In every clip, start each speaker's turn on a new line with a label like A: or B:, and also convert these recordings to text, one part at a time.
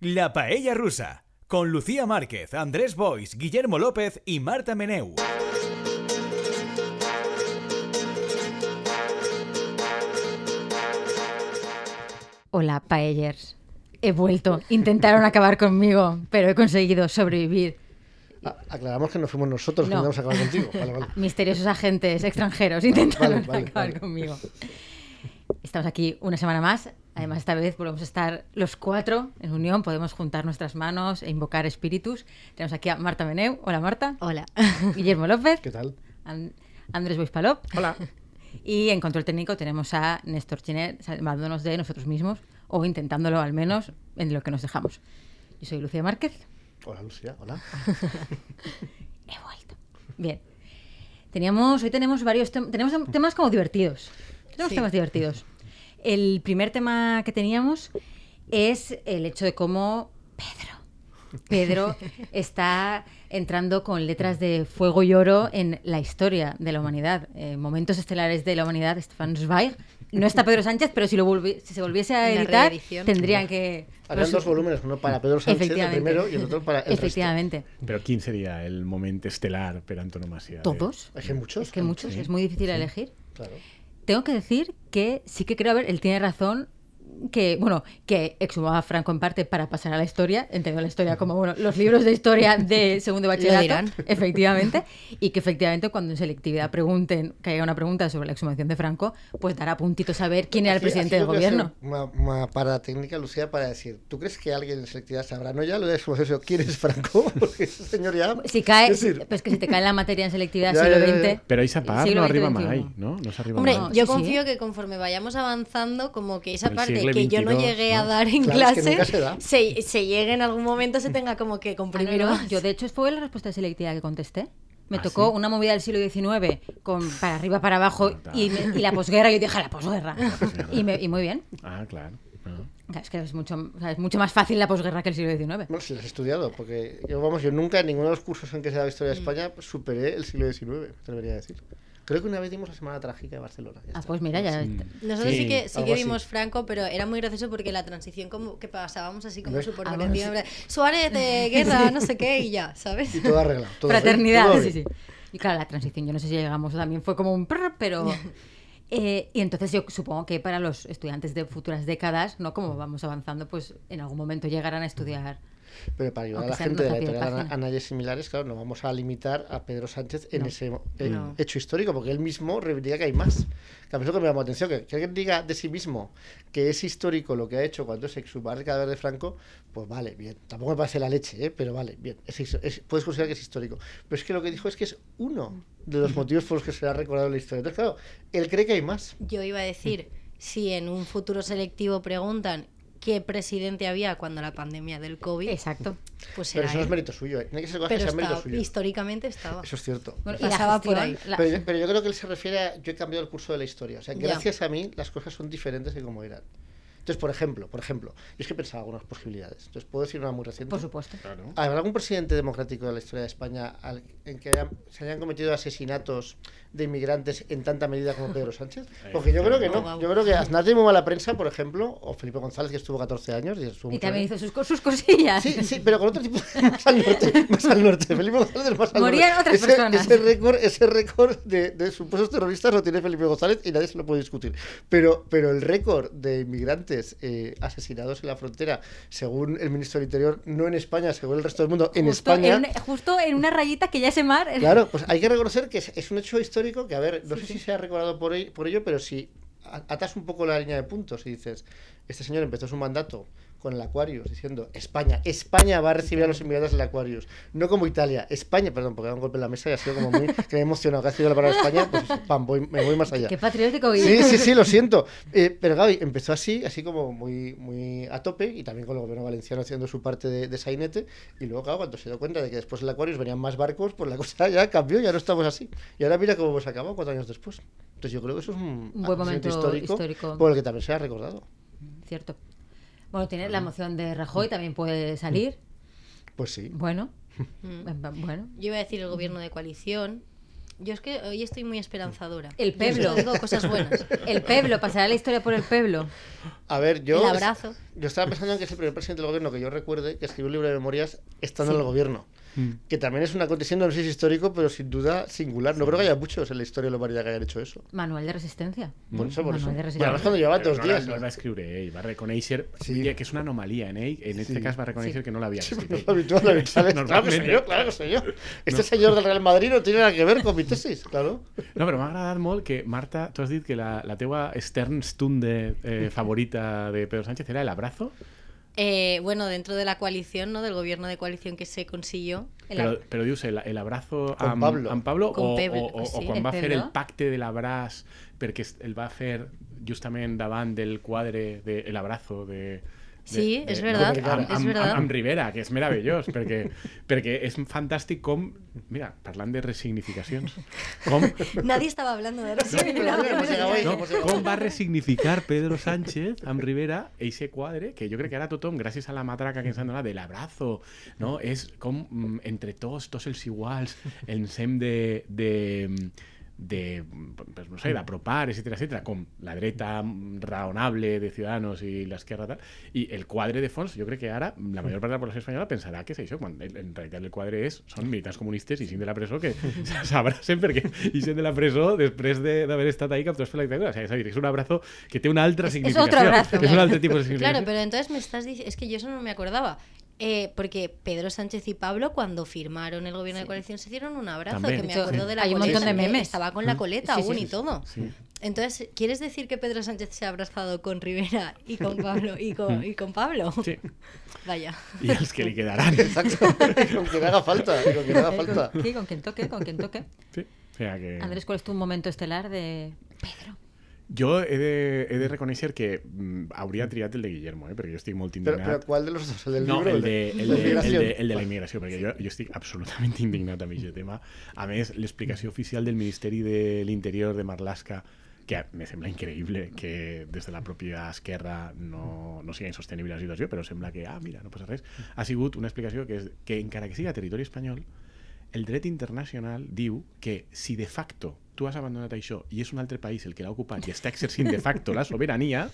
A: La Paella Rusa, con Lucía Márquez, Andrés Bois, Guillermo López y Marta Meneu.
B: Hola, paellers. He vuelto. Intentaron acabar conmigo, pero he conseguido sobrevivir.
C: A- Ah, aclaramos que no fuimos nosotros que
B: No.
C: íbamos a Pues acabar contigo. Vale, vale.
B: Misteriosos agentes extranjeros intentaron
C: Vale, vale,
B: acabar
C: vale.
B: conmigo. Estamos aquí una semana más. Además, esta vez volvemos a estar los cuatro en unión. Podemos juntar nuestras manos e invocar espíritus. Tenemos aquí a Marta Meneu. Hola, Marta.
D: Hola.
B: Guillermo López.
C: ¿Qué tal?
B: An- Andrés Boispalop.
C: Hola.
B: Y en control técnico tenemos a Néstor Chiner salvándonos de nosotros mismos o intentándolo al menos en lo que nos dejamos. Yo soy Lucía Márquez.
C: Hola, Lucía. Hola.
B: Pues He vuelto. Bien. Teníamos, hoy tenemos varios tem- tenemos tem- temas como divertidos. Tenemos
D: Sí.
B: temas divertidos. El primer tema que teníamos es el hecho de cómo Pedro, Pedro está entrando con letras de fuego y oro en la historia de la humanidad. Eh, momentos estelares de la humanidad, Stefan Zweig. No está Pedro Sánchez, pero si, lo volvi- si se volviese a
D: Una
B: editar,
D: reedición.
B: tendrían que...
C: Harían dos
B: resu-
C: volúmenes, uno para Pedro Sánchez, el
B: Efectivamente.
C: primero, y el otro para el resto.
B: Efectivamente.
E: Pero ¿quién sería el momento estelar per antonomasia? de-
B: ¿Todos?
C: Es que hay muchos.
B: Es que muchos,
E: Sí,
B: es muy difícil elegir.
C: Claro.
B: Tengo que decir que sí que creo, a ver, él tiene razón que, bueno, que exhumaba a Franco en parte para pasar a la historia, entendió la historia como, bueno, los libros de historia de segundo de bachillerato,
D: dirán.
B: efectivamente, y que efectivamente cuando en selectividad pregunten, que haya una pregunta sobre la exhumación de Franco, pues dará puntito saber quién era el
C: Aquí-
B: presidente
C: aquí
B: del
C: yo quiero
B: gobierno.
C: hacer Una, una parada técnica, Lucía, para decir, ¿tú crees que alguien en selectividad sabrá? No ya lo de exhumación, quién es Franco, porque ese señor ya...
B: Si cae,
C: Es decir,
B: pues que si te cae la materia en selectividad
C: Ya,
B: siglo
C: ya, ya, ya.
B: XX...
E: Pero ahí se apaga,
B: siglo
E: no
B: XX,
E: arriba más,
B: XXI.
E: ¿no? No se arriba
D: Hombre,
B: No,
E: mai.
B: sí,
D: yo
B: sí.
D: confío que conforme vayamos avanzando, como que esa
E: El
D: parte que
E: siglo
D: yo no
E: XXII,
D: llegué a
E: ¿no?
D: dar en
C: Claro, es que
D: clase,
C: nunca se da.
D: se, se llegue en algún momento, se tenga como que
B: Ah, no,
D: comprimir
B: no,
D: más.
B: Yo, de hecho, fue la respuesta de selectividad que contesté. Me
E: ¿Ah,
B: tocó
E: sí?
B: una movida del siglo XIX con para arriba, para abajo
E: Anda.
B: y, me- y la posguerra. Yo dije, la posguerra.
E: posguerra.
B: y, me- y muy bien.
E: Ah, claro. no.
B: Claro, Es que es mucho, o sea, es mucho más fácil la posguerra que el siglo XIX.
C: Bueno, si lo has estudiado, porque yo, vamos, yo nunca en ninguno de los cursos en que se da historia de
B: Mm.
C: España superé el siglo XIX, me atrevería a decir. Creo que una vez dimos la Semana Trágica de Barcelona. ya
B: Ah,
C: está.
B: pues mira, ya.
D: Nosotros sí,
E: Sí,
D: que sí
C: algo
D: que
C: así.
D: vimos Franco, pero era muy gracioso porque la transición como que pasábamos así como
C: ¿Ves?
D: súper
B: Ah,
D: por
B: bueno,
D: encima, Suárez de guerra, no sé qué, y ya, ¿sabes?
C: Y todo arreglado. todo bien,
B: Fraternidad,
C: todo
B: sí, sí.
C: bien.
B: Y claro, la transición, yo no sé si llegamos, también fue como un prr, pero... eh, y entonces yo supongo que para los estudiantes de futuras décadas, ¿no? Como vamos avanzando, pues en algún momento llegarán a estudiar.
C: Pero para ayudar a
B: Aunque
C: la
B: sea en
C: gente de la
B: otra pie de
C: editorial
B: página.
C: a Anales Similares, claro, no vamos a limitar a Pedro Sánchez en
B: No.
C: ese eh,
D: No.
C: hecho histórico, porque él mismo reivindica que hay más. Que a mí es lo que me llamó la atención, que, que alguien diga de sí mismo que es histórico lo que ha hecho cuando se exhumar el cadáver de Franco, pues vale, bien. Tampoco me parece la leche, ¿eh? pero vale, bien. Es his- es- puedes considerar que es histórico. Pero es que lo que dijo es que es uno de los motivos por los que será recordado en la historia. Entonces, claro, él cree que hay más.
D: Yo iba a decir, si en un futuro selectivo preguntan qué presidente había cuando la pandemia del COVID,
B: Exacto.
D: pues
C: Pero
D: era
C: eso no es
D: él.
C: mérito suyo, ¿eh? Tiene que ser cosas que
D: Pero
C: sean mérito
D: estaba-
C: suyo.
D: históricamente estaba.
C: Eso es cierto.
B: Bueno, y
D: Pasaba
B: la
D: por
B: gestión,
D: ahí.
B: la-
C: Pero, yo- pero yo creo que él se refiere a. Yo he cambiado el curso de la historia. O sea,
D: Ya.
C: gracias a mí las cosas son diferentes de como eran. Entonces, por ejemplo, por ejemplo, yo es que pensaba algunas posibilidades. Entonces, puedo decir una muy reciente.
B: por supuesto.
E: Claro.
C: ¿Habrá algún presidente democrático de la historia de España al- en que hayan- se hayan cometido asesinatos de inmigrantes en tanta medida como Pedro Sánchez? Porque yo creo que no. Yo creo que Aznar tiene muy mala prensa, por ejemplo, o Felipe González, que estuvo 14 años. Y, estuvo
B: Y
C: mucho
B: también
C: año.
B: hizo sus, co- sus cosillas.
C: Sí, sí, pero con otro tipo de- más al norte, más al norte. Felipe González más al
B: Morían
C: norte.
B: otras
C: ese,
B: personas.
C: Ese récord, ese récord de, de supuestos terroristas lo tiene Felipe González y nadie se lo puede discutir. Pero, pero el récord de inmigrantes eh, asesinados en la frontera, según el ministro del Interior, no en España, según el resto del mundo, en
B: justo,
C: España.
B: en una, justo en una rayita que ya ese mar.
C: Claro, pues hay que reconocer que es, es un hecho histórico que, a ver, no sé si se ha recordado por, el- por ello, pero si a- atas un poco la línea de puntos y dices, este señor empezó su mandato con el Aquarius, diciendo, España, España va a recibir a los inmigrantes del Aquarius, no como Italia, España, perdón, porque da un golpe en la mesa y ha sido como muy, que me he emocionado, que ha sido la palabra España, pues pam, voy, me voy más allá.
B: Qué patriótico.
C: Sí, sí, sí, lo siento. Eh, pero Gaby empezó así, así como muy, muy a tope y también con el gobierno valenciano haciendo su parte de, de sainete. Y luego, claro, cuando se dio cuenta de que después del Aquarius venían más barcos, pues la cosa ya cambió, ya no estamos así. Y ahora mira cómo hemos acabado cuatro años después. Entonces yo creo que eso es un,
B: Un buen momento
C: acontecimiento
B: histórico.
C: por el que también se ha recordado.
B: Cierto. Bueno, tiene la moción de Rajoy, también puede salir.
C: Pues sí.
B: Bueno,
D: Mm.
B: bueno.
D: Yo iba a decir el gobierno de coalición, Yo es que hoy estoy muy esperanzadora.
B: El
D: Yo
B: pueblo.
D: solo digo cosas buenas.
B: El pueblo, pasará la historia por el pueblo.
C: A ver, yo.
D: El abrazo.
C: Yo estaba pensando en que es el primer presidente del gobierno que yo recuerde que escribió un libro de memorias estando en el gobierno. Que también es una acontecimiento, no sé si es histórico, pero sin duda singular. No creo que haya muchos en la historia de la humanidad que hayan hecho eso.
B: Manual de resistencia.
C: Por eso, por
B: Manual
C: eso.
B: de
C: Bueno,
B: resistencia.
C: además cuando llevaba
E: Mm. Pero
C: dos
E: no
C: días.
E: La, no la escriuré, ell, va reconèixer,
C: Sí.
E: que- que es una anomalía en ell, en este
C: Sí.
E: caso va reconèixer que no la había
C: No es
E: escrito.
C: lo habitual, lo habitual es, Claro que soy
E: Normalmente.
C: yo, claro que soy yo. Este señor del Real Madrid no tiene nada que ver con mi tesis, claro.
E: No, però m'ha agradat molt que, Marta, tu has dit que la, la teua Sternstunde eh, favorita de Pedro Sánchez era el abrazo,
D: Eh, bueno, dentro de la coalición, ¿no? Del gobierno de coalición que se consiguió.
B: El
E: però,
B: ab-
E: però dius el, el abrazo
C: Con
E: amb,
C: Pablo.
E: amb Pablo
D: Con
E: o,
D: Pebl-
E: o, o,
D: sí,
E: o quan
B: el
E: va fer el
B: Peblo.
E: pacte de l'abraç perquè es- el va fer justament davant del quadre de el abrazo de
D: Sí,
E: de-
D: és
E: de-
D: verdad,
E: amb- amb,
D: és verdad.
E: Amb, amb Rivera, que és meravellós, perquè, perquè és fantàstic com... Mira, parlant de resignificacions, com
D: Nadie estaba hablando de eso.
C: pero bueno, hemos llegado ahí.
E: no, com
C: pues
E: va resignificar Pedro Sánchez amb Rivera eixe quadre que jo crec que ara tothom, gràcies a la matraca que ens han donat de l'abrazo, no? és com mm, entre tots, tots els iguals ens hem de, de mm, de, pues, no sé, d'apropar, etcètera, etcètera, com la dreta raonable de Ciudadanos i l'esquerra tal, i el quadre de fons, jo crec que ara la major part de la població espanyola pensarà que és això, quan en en realitat el quadre és, són militants comunistes i gent de la presó que s'abracen perquè i gent de la presó després de- d'haver estat ahí capturats per la dictadura, o sigui, és a dir, és un abrazo que té una altra
B: És- és
E: significació,
B: otro abrazo.
E: és un altre tipus de significació.
D: Claro, pero entonces me estás diciendo, es que yo eso no me acordaba. Eh, porque Pedro Sánchez y Pablo cuando firmaron el gobierno de coalición se hicieron un abrazo,
E: También.
D: que me
B: Sí.
D: acuerdo de la
B: Hay un
D: coleta,
B: montón de
D: que
B: memes. Mm.
D: Estaba con la coleta
B: Sí, sí,
D: aún
B: sí,
D: y todo.
E: Sí.
D: Entonces, ¿quieres decir que Pedro Sánchez se ha abrazado con Rivera y con Pablo y con, y con Pablo?
E: Sí.
D: Vaya.
E: I els que li quedaran.
C: Exacto. Con que le haga falta, con que le haga falta.
B: Sí, con quien toque, con quien toque.
E: Sí. O sea que...
B: Andrés, ¿cuál es tu momento estelar de Pedro?
E: Jo he de, he de reconèixer que mm, hauria triat el de Guillermo, eh? perquè jo estic molt
C: Pero,
E: indignat.
C: pero ¿cuál de los dos? ¿El del
E: no,
C: libro? o
E: el de, el, de, el,
C: migración?
E: de, el de la immigració, perquè jo, jo estic absolutament indignat amb aquest tema. A més, l'explicació oficial del Ministeri de l'Interior de Marlaska que me sembla increïble que des de la pròpia esquerra no, no sigui insostenible la situació, però sembla que, ah, mira, no passa res. Ha sigut una explicació que és que encara que siga territori espanyol, el dret internacional diu que si de facto tu has abandonat això i és un altre país el que l'ha ocupat i està exercint de facto la sobirania,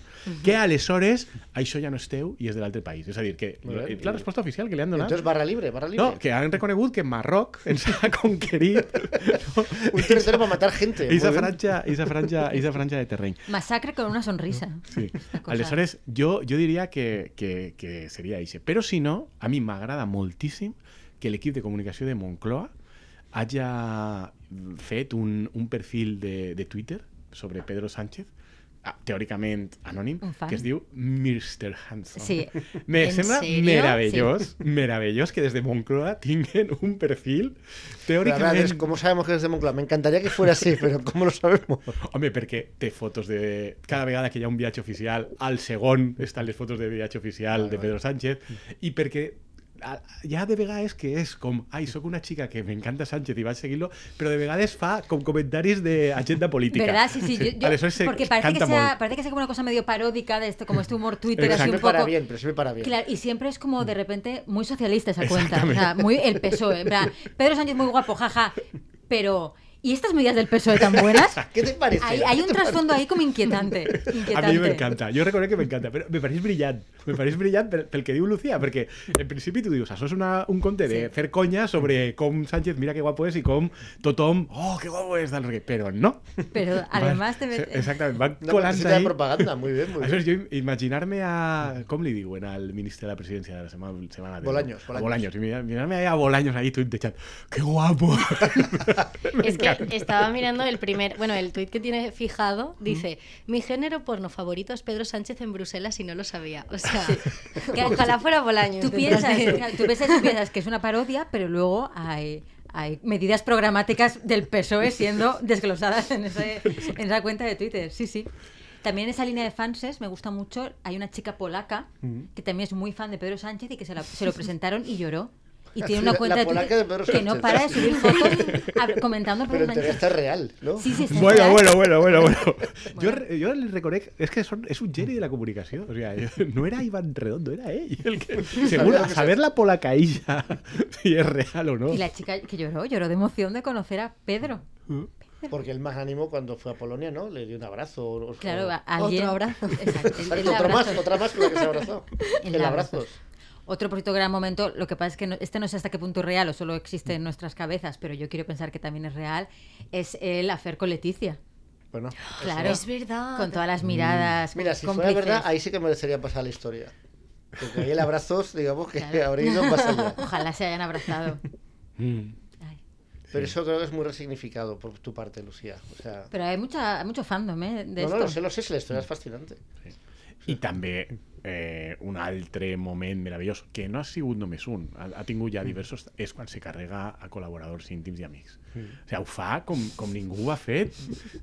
E: que aleshores això ja no és teu i és de l'altre país. És a dir, que
C: Molt bé.
E: és la resposta oficial que li han donat...
C: Entonces, barra libre, barra libre.
E: No, que han reconegut que Marroc ens ha conquerit no?
C: Un territorio para matar gente. Muy
E: Eixa
C: bien.
E: franja, eixa franja, eixa franja de terreny.
B: Masacre con una sonrisa.
E: Sí.
B: Esta cosa-
E: Aleshores, jo, jo diria que, que, que seria eixe. Però si no, a mi m'agrada moltíssim que l'equip de comunicació de Moncloa haya mm, fet un, un perfil de, de Twitter sobre Pedro Sánchez, ah, teòricament anònim,
B: Un fan.
E: que es diu Mr. Hanson.
B: Sí.
E: Me
D: ¿En
E: sembla
D: serio?
E: meravellós, meravellós que des de Moncloa tinguen un perfil
C: Pero, a ver,
E: teòricament...
C: ¿Cómo sabemos que es de Moncloa? Me encantaría que fuera así, pero ¿cómo lo sabemos?
E: Home, perquè té fotos de... Cada vegada que hi ha un viatge oficial, al segon estan les fotos de viatge oficial de Pedro Sánchez, i perquè a- hi ha de vegades que és com ai, sóc una xica que m'encanta Sánchez i vaig seguir-lo, però de vegades fa com comentaris d'agenda política.
B: ¿Verdad? Sí, sí. yo- yo-
E: Aleshores se
B: porque parece que,
E: eh, canta
B: sea,
E: molt.
B: parece que sea como una cosa medio paródica de esto, como este humor Twitter, así
E: Exacto.
B: un
C: Siempre para
B: poco.
C: bien, pero siempre para bien.
B: Claro, y siempre es como de repente muy socialista esa cuenta. O sea,
E: Mm. Exactamente.
B: muy el PSOE. En plan, Pedro Sánchez muy guapo, jaja. Pero, ¿y estas medidas del PSOE E tan buenas?
C: ¿Qué te parece?
B: Hay, hay un trasfondo ahí como inquietante. inquietante.
E: A mi m'encanta, jo reconec que m'encanta, però me pareix brillant, me pareix brillant pel, pel que diu Lucía, perquè en principi tu dius, això és una, un conte de fer conya sobre com Sánchez mira que guapo és i com tothom, oh, que guapo és, tal, no sé què. però no.
B: Pero además te metes.
E: Exactament, van
C: Una
E: colant
C: publicidad de
E: ahí.
C: propaganda, muy bien, muy bien.
E: Aleshores, jo imaginar-me a... Com li diuen al ministre de la presidència de la setmana? setmana anterior?
C: Bolaños, Bolaños.
E: A Bolaños. Imaginar-me ahí a Bolaños ahí tuitejant. ¡Qué guapo!
D: Es que estaba mirando el primer, bueno, el tuit que tiene fijado, dice, mi género porno favorito es Pedro Sánchez en Bruselas y no lo sabía. O sea, que ojalá fuera Bolaño.
B: Tú piensas, claro, tú piensas, tú piensas que es una parodia, pero luego hay, hay medidas programáticas del PSOE E siendo desglosadas en, ese- en esa cuenta de Twitter. Sí, sí. También esa línea de fanses me gusta mucho. Hay una chica polaca
E: Mm.
B: que también es muy fan de Pedro Sánchez y que se, la- se lo presentaron y lloró. Y tiene una
C: La- la
B: cuenta de
C: polaca
B: Twitter
C: de Pedro
B: que no
C: Sánchez.
B: para de subir fotos a- comentando a
C: Pero
B: Pedro
C: en teoría
B: Sánchez.
C: está real, ¿no?
B: Sí, sí, está
E: bueno,
B: en plan-
E: bueno, bueno, bueno, bueno. Jo, re- jo li reconec... És que son, és un geni de la comunicació. O sea, jo- no era Iván Redondo, era ell. El que, segur, a saber la polacaïlla si és real o no.
B: Y la chica que lloró, lloró de emoción de conocer a Pedro.
C: Porque el magnánimo cuando fue a Polonia, ¿no? Le dio un abrazo. o- o-
B: Claro, a-
C: Exacto,
B: alguien...
D: Otro abrazo.
B: Exacto, el- el
C: otra más,
B: abrazo.
C: otra más con la que se abrazó.
B: El
C: El,
B: abrazo.
C: abrazos.
B: Otro proyecto gran momento, lo que pasa es que no- este no sé hasta qué punto es real o solo existe en nuestras cabezas, pero yo quiero pensar que también es real, es el hacer con Leticia.
C: Bueno.
B: Claro,
D: Es verdad.
B: con todas las miradas.
C: Mm. Mira, si fuera
B: cómplices.
C: verdad, ahí sí que merecería pasar la historia. Porque ahí el abrazos, digamos que
B: Claro.
C: habría ido más allá.
B: Ojalá se hayan abrazado.
E: Mm.
B: Ay.
C: Pero eso creo que es muy resignificado por tu parte, Lucía. O sea,
B: Pero hay, mucha, hay mucho fandom ¿eh? de
C: no,
B: esto.
C: no, lo sé, lo sé, si la historia es fascinante.
E: I també eh, un altre moment meravellós, que no ha sigut només un, ha, ha tingut
C: Mm.
E: ja diversos, és quan se carrega a col·laboradors íntims i amics. O sigui, ho fa com, com ningú ho ha fet.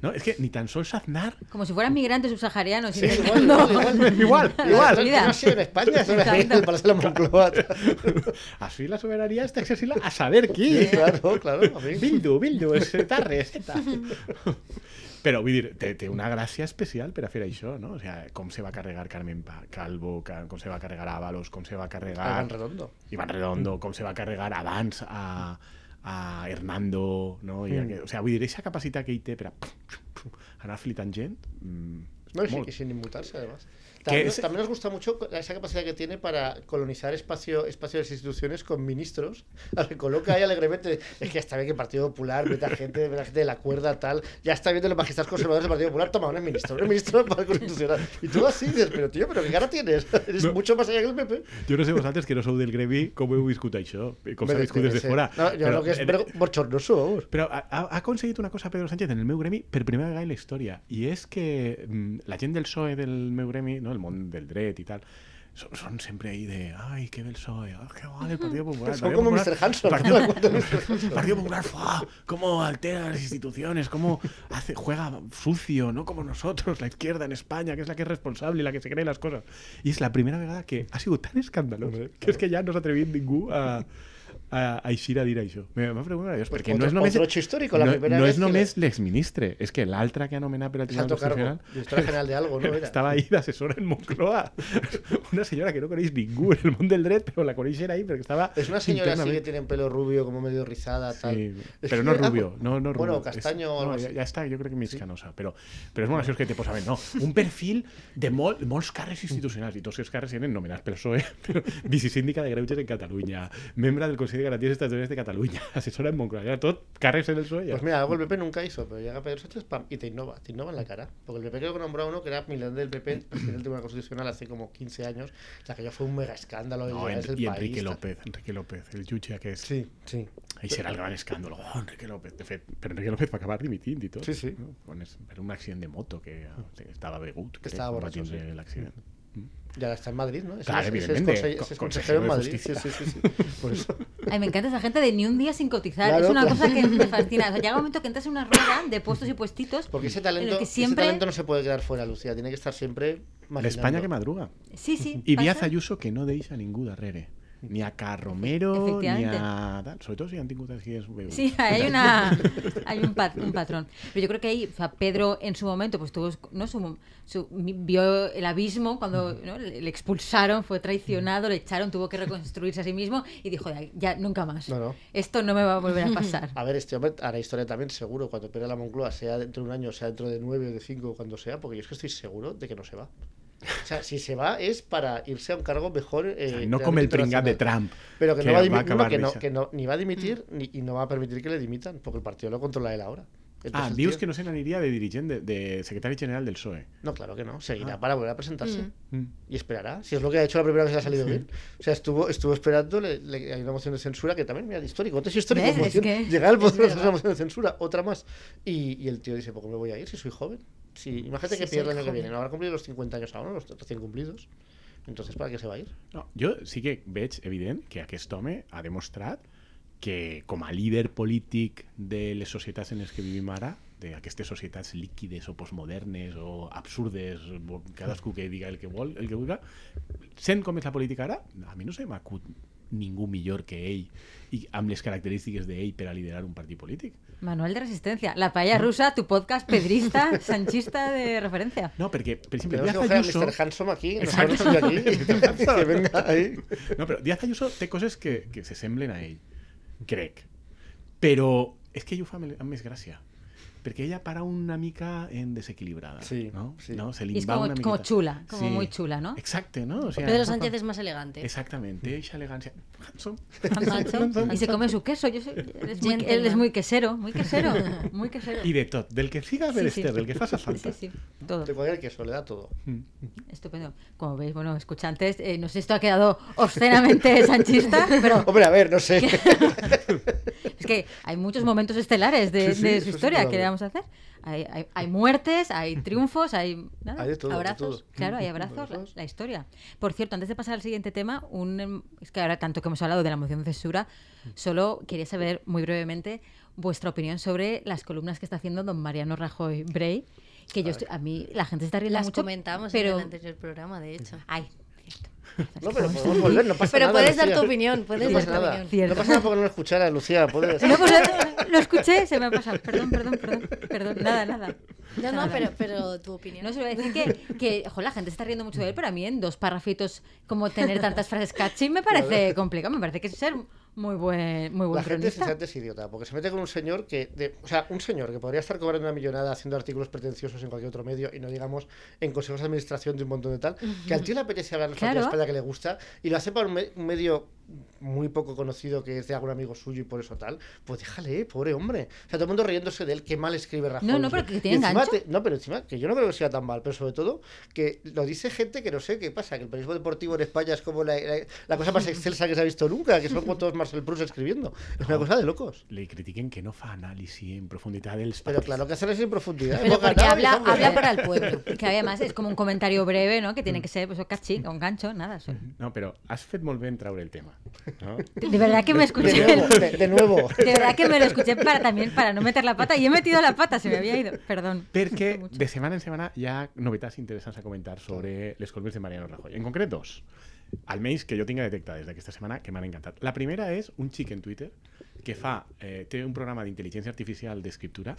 E: No? És que ni tan sols Aznar...
B: Como si fueran migrantes subsaharianos.
C: igual,
B: intentando-
C: igual, igual.
E: Igual,
C: Igual,
E: igual.
B: Mira.
C: no ha sido en España, sino en el Palacio de la Moncloa.
E: Així la sobirania està exercida a saber qui.
C: Sí, claro, claro. a mí.
E: Bildu, Bildu, Z, receta. Però vull dir, té, té una gràcia especial per a fer això, no? O sigui, com se va carregar Carmen Pa- Calvo, ca- com se va carregar Ábalos, com se va carregar...
B: Ah.
C: Hagan redondo.
E: Iván Redondo, com se va carregar abans a, a Hernando, no? I mm. aquest, o sigui, vull dir, aquesta capacitat que ell té per a anar flitant gent, mm,
C: Pues No, y, sin-
E: molt.
C: y sin inmutarse, además. También,
E: es-
C: también nos gusta mucho esa capacidad que tiene para colonizar espacio, espacio de las instituciones con ministros. Ahora, Coloca ahí alegremente. Es que ya está bien que el Partido Popular meta gente, meta gente de la cuerda, tal. Ya está bien de los magistrados conservadores del Partido Popular. Toma, un ministro, un ministro para el constitucional. Y tú así dices, pero tío, ¿pero qué cara tienes? Eres
E: No.
C: mucho más allá que el PP.
E: Jo no sé vosaltres, que no sou del gremi, com heu viscut això, i com s'ha
C: Merece,
E: viscut des de
C: sí.
E: fora.
C: No, yo creo que es
E: però,
C: vergo- bochornoso, vamos.
E: però ha, ha- ha aconseguit una cosa Pedro Sánchez en el meu gremi per primera vegada en la història, i és que mm, la gent del PSOE del meu gremi, no, el món del dret i tal, són, són sempre ahí de, ai, que ve el PSOE, ah, que vale el Partido Popular. el
C: Son
E: Partido
C: como
E: Popular-
C: Mr. Hanson.
E: Partido
C: ¿no? La cuenta de Mr. Hanson.
E: El Partido Popular, ¡fua! ah, cómo altera las instituciones, cómo hace, juega sucio, no como nosotros, la izquierda en España, que es la que es responsable y la que se cree las cosas. Y es la primera vegada que ha sido tan escandaloso ¿eh? que es que ya no s'ha atrevit ningú a, a, a eixir a dir això. Me va preguntar a Dios, perquè
C: Pues otro-
E: no és només...
C: otro hecho histórico, la
E: no,
C: primera
E: no
C: vez
E: és
C: que
E: només l'exministre, és que l'altra que ha nomenat per al Tribunal
C: Santo cargo.
E: Constitucional
C: Directora general de algo, ¿no? Era.
E: estava ahí d'assessora en Moncloa. Una senyora que no coneix ningú en el món del dret, però la coneixen ahí perquè estava...
C: Es una señora así que
E: internament.
C: tiene pelo rubio, como medio rizada, tal.
E: Sí,
C: Es
E: Eh, pero
C: que-
E: no
C: ah,
E: rubio, no, no rubio.
C: Bueno,
E: Es-
C: castaño o
E: no,
C: algo
E: ya,
C: así.
E: ya está, yo creo que més canosa. Pero, pero es molt graciós que te posaven, no, un perfil de mol, molts càrrecs institucionals, i tots els càrrecs eren nomenats pel PSOE, però vicesíndica de Greuges en Catalunya, membre del Consell de Garanties Estatutàries de Catalunya, assessora en Moncloa, era tot càrrecs en el PSOE.
C: Pues mira, algo el PP nunca hizo, pero llega Pedro Sánchez pam, y te innova, te innova en la cara. Porque el PP creo que nombró a uno que era militante del PP, presidente del Tribunal Constitucional hace como 15 años, la que ya fue un mega escándalo.
E: No,
C: ya
E: en-
C: es el
E: y
C: país,
E: Enrique
C: tal.
E: López, Enrique López, el jutge que és... Sí.
C: Sí, sí.
E: Ahí serà el gran escàndalo. Oh, Enrique López, de fet, però Enrique López va acabar dimitint i tot.
C: Sí, sí.
E: No? Quan és, per un accident de moto que eh, estava begut, crec,
C: Estava
E: quan va
C: borratxo, sí.
E: tindre l'accident.
C: Y ahora está en Madrid, ¿no? Ese
E: Claro,
C: es- ese es conse-
E: evidentemente, co-
C: ese es consejero
E: consejero
C: en
E: de
C: Madrid. Sí,
E: justicia.
C: sí, sí, sí. Por eso.
B: Ay, me encanta esa gente de ni un día sin cotizar.
C: Claro,
B: es una
C: claro.
B: cosa que me fascina. O sea, llega un momento que entras en una rueda de puestos y puestitos.
C: Porque ese
B: en el
C: talento,
B: que
C: ese
B: siempre...
C: talento no se puede quedar fuera, Lucía. Tiene que estar siempre
E: La España
C: maquinando.
E: que madruga.
B: Sí, sí.
E: Y
B: pasa.
E: Díaz Ayuso que no deis a ningú darrere. Ni a Carromero, ni
B: Efectivamente.
E: a... tal. Sobre todo si han tingut accidents greus.
B: Sí, hay, una, hay un, pat- un patrón. Pero yo creo que ahí, o sea, Pedro en su momento, pues tuvo, ¿no? Su, su- vio el abismo cuando ¿no? le, le expulsaron, fue traicionado, le echaron, tuvo que reconstruirse a sí mismo y dijo, ya, ya nunca más.
C: No, no.
B: Esto no me va a volver a pasar.
C: A ver, este hombre hará historia también, seguro, cuando pierda la Moncloa, sea dentro de un año, sea dentro de nueve o de cinco, cuando sea, porque yo es que estoy seguro de que no se va. O sea, si se va es para irse a un cargo mejor. eh,
E: no come el
C: realmente
E: pringat de
C: internacional.
E: Trump.
C: Pero que, no va a dimitir,
E: acabar Mm.
C: que, no,
E: deixant.
C: que no- ni va a dimitir ni, y no va a permitir que le dimitan, porque el partido lo controla él ahora.
E: Ah,
C: Entonces,
E: dius
C: tío-
E: que no se n'aniria de dirigent, de, de secretari general del PSOE.
C: No, claro que no. Seguirá
E: Ah.
C: para volver a presentarse.
D: Mm.
E: Mm.
C: Y esperará. Si es lo que ha hecho la primera vez que le ha salido bien. O sea, estuvo, estuvo esperando. Le, le- hay una moción de censura que también, mira, histórico. Antes histórico.
B: ¿Ves? Es
C: moción.
B: que
C: Llegar al
B: es
C: poder
B: verdad.
C: una moción de censura. Otra más. Y, y el tío dice: "Pues, ¿Por qué me voy a ir si soy joven? Si, imagínate
B: Sí,
C: que pierde
B: soy
C: el año que
B: joven.
C: viene. No habrá cumplido los 50 años ahora, los recién cumplidos. Entonces, ¿para qué se va a ir?
E: No, jo sí que veig evident que aquest home ha demostrat que com a líder polític de les societats en les que vivim ara, d'aquestes societats líquides o postmodernes o absurdes, bo- cadascú que diga el que vol, el que vulga, sent com és la política ara, a mi no se m'acut ningú millor que ell i amb les característiques d'ell per a liderar un partit polític.
B: Manual de resistencia. La
C: Ah.
B: paella rusa, tu podcast pedrista, sanchista de referencia.
E: No, perquè, per exemple,
C: Tenemos que
E: Díaz
C: coger a
E: Ayuso...
C: Mr. Handsome aquí.
E: Exacto.
C: Nosotros de aquí. que venga ahí.
E: No, pero Díaz Ayuso té coses que, que se semblen a ell, crec. Però és que ell ho fa amb amb més gràcia. perquè ella para una mica en desequilibrada.
C: Sí,
E: no?
C: sí.
E: No? Se
B: Y es
E: limbà
B: como-
E: una
B: como
E: miqueta.
B: chula, como muy chula, ¿no?
E: Exacto, ¿no? O sea,
D: Pedro Sánchez es más elegante.
E: Exactamente, esa elegancia. Hanson.
D: Hanson.
B: Y se come su queso. Yo soy- él, es muy,
D: Gentleman.
B: él es muy quesero, muy quesero, muy quesero.
E: Y de tot, del que siga
B: Sí,
E: Berester,
B: sí.
E: del que faça falta.
B: Sí, sí, todo.
C: De cualquier queso, le da todo.
B: Estupendo. Como veis, bueno, escuchantes, eh, no sé si esto ha quedado obscenamente sanchista, pero
C: Hombre, a ver, no sé.
B: es que hay muchos momentos estelares de,
C: Sí, sí,
B: de
C: eso
B: su
C: sí
B: historia
C: que
B: que
C: lo
B: le
C: veo.
B: vamos a hacer. Hay, hay- hay muertes, hay triunfos, hay, nada,
C: Hay de todo, de
B: abrazos.
C: todo.
B: Claro, hay abrazos, la,
C: Abrazos.
B: la historia. Por cierto, antes de pasar al siguiente tema, un, em, es que ahora tanto que hemos hablado de la moción de censura,
C: Mm.
B: solo quería saber muy brevemente vuestra opinión sobre las columnas que está haciendo don Mariano Rajoy Brey, que yo estoy- a mí la gente se está riendo
D: Las
B: mucho,
D: comentamos
B: pero
D: en el anterior programa, de hecho.
B: ay,
C: No, pero podemos volver, no pasa
D: Pero
C: pues nada.
D: puedes dar
C: Lucía.
D: tu opinión, puedes
C: no pasa
D: dar tu
C: nada.
D: opinión.
B: Cierto.
C: No pasa nada porque no lo escuchara, Lucía. puedes-
B: No, pues eh, lo escuché, se me ha pasado. Perdón, perdón, perdón, perdón. Nada, nada.
D: No, no,
B: Nada.
D: pero, pero tu opinión.
B: No se lo voy a decir que, que jo, la gente se está riendo mucho de él, pero a mí en dos parrafitos como tener tantas frases catchy me parece complicado, me parece que es ser muy buen, muy buen
C: La gente
B: cronista.
C: sinceramente es idiota, porque se mete con un señor que, de- o sea, un señor que podría estar cobrando una millonada haciendo artículos pretenciosos en cualquier otro medio y no digamos en consejos de administración de un montón de tal, que al tío le apetece hablar los partidos
B: Claro.
C: de España que le gusta y lo hace para un, me- un medio muy poco conocido que es de algún amigo suyo y por eso tal, pues déjale, pobre hombre. O sea, todo el mundo riéndose de él, que mal escribe Rajoy.
B: No, no,
C: sé.
B: pero que tiene
C: Y encima
B: gancho.
C: te- no, pero encima, que yo no creo que sea tan mal, pero sobre todo que lo dice gente que no sé qué pasa, que el periodismo deportivo en España es como la, la- la cosa más excelsa que se ha visto nunca, que son con todos Marcel Proust escribiendo. Es
E: Ah.
C: una cosa de locos.
E: Le critiquen que no fa análisis en profundidad del
C: Pero claro que hacer es en profundidad.
D: Pero
C: Hemos
D: porque
C: ganado y
D: habla-
C: estamos
D: habla
C: ganando.
D: para el pueblo.
B: Que además es como un comentario breve, ¿no? Que tiene que ser pues, catchy, un gancho, nada. eso.
E: No, pero has fet molt bé en traure el tema. No?
B: De verdad que me escuché.
C: De nuevo, de, de nuevo.
B: De verdad que me lo escuché para también para no meter la pata y he metido la pata, se me había ido. Perdón.
E: Perquè
B: Mucho.
E: de setmana en setmana hi ha novetats interessants a comentar sobre les columnes de Mariano Rajoy. En concret, dos. Almenys que jo tinc detectades d'aquesta setmana que m'han encantat. La primera és un xic en Twitter que fa, eh, té un programa d'intel·ligència artificial d'escriptura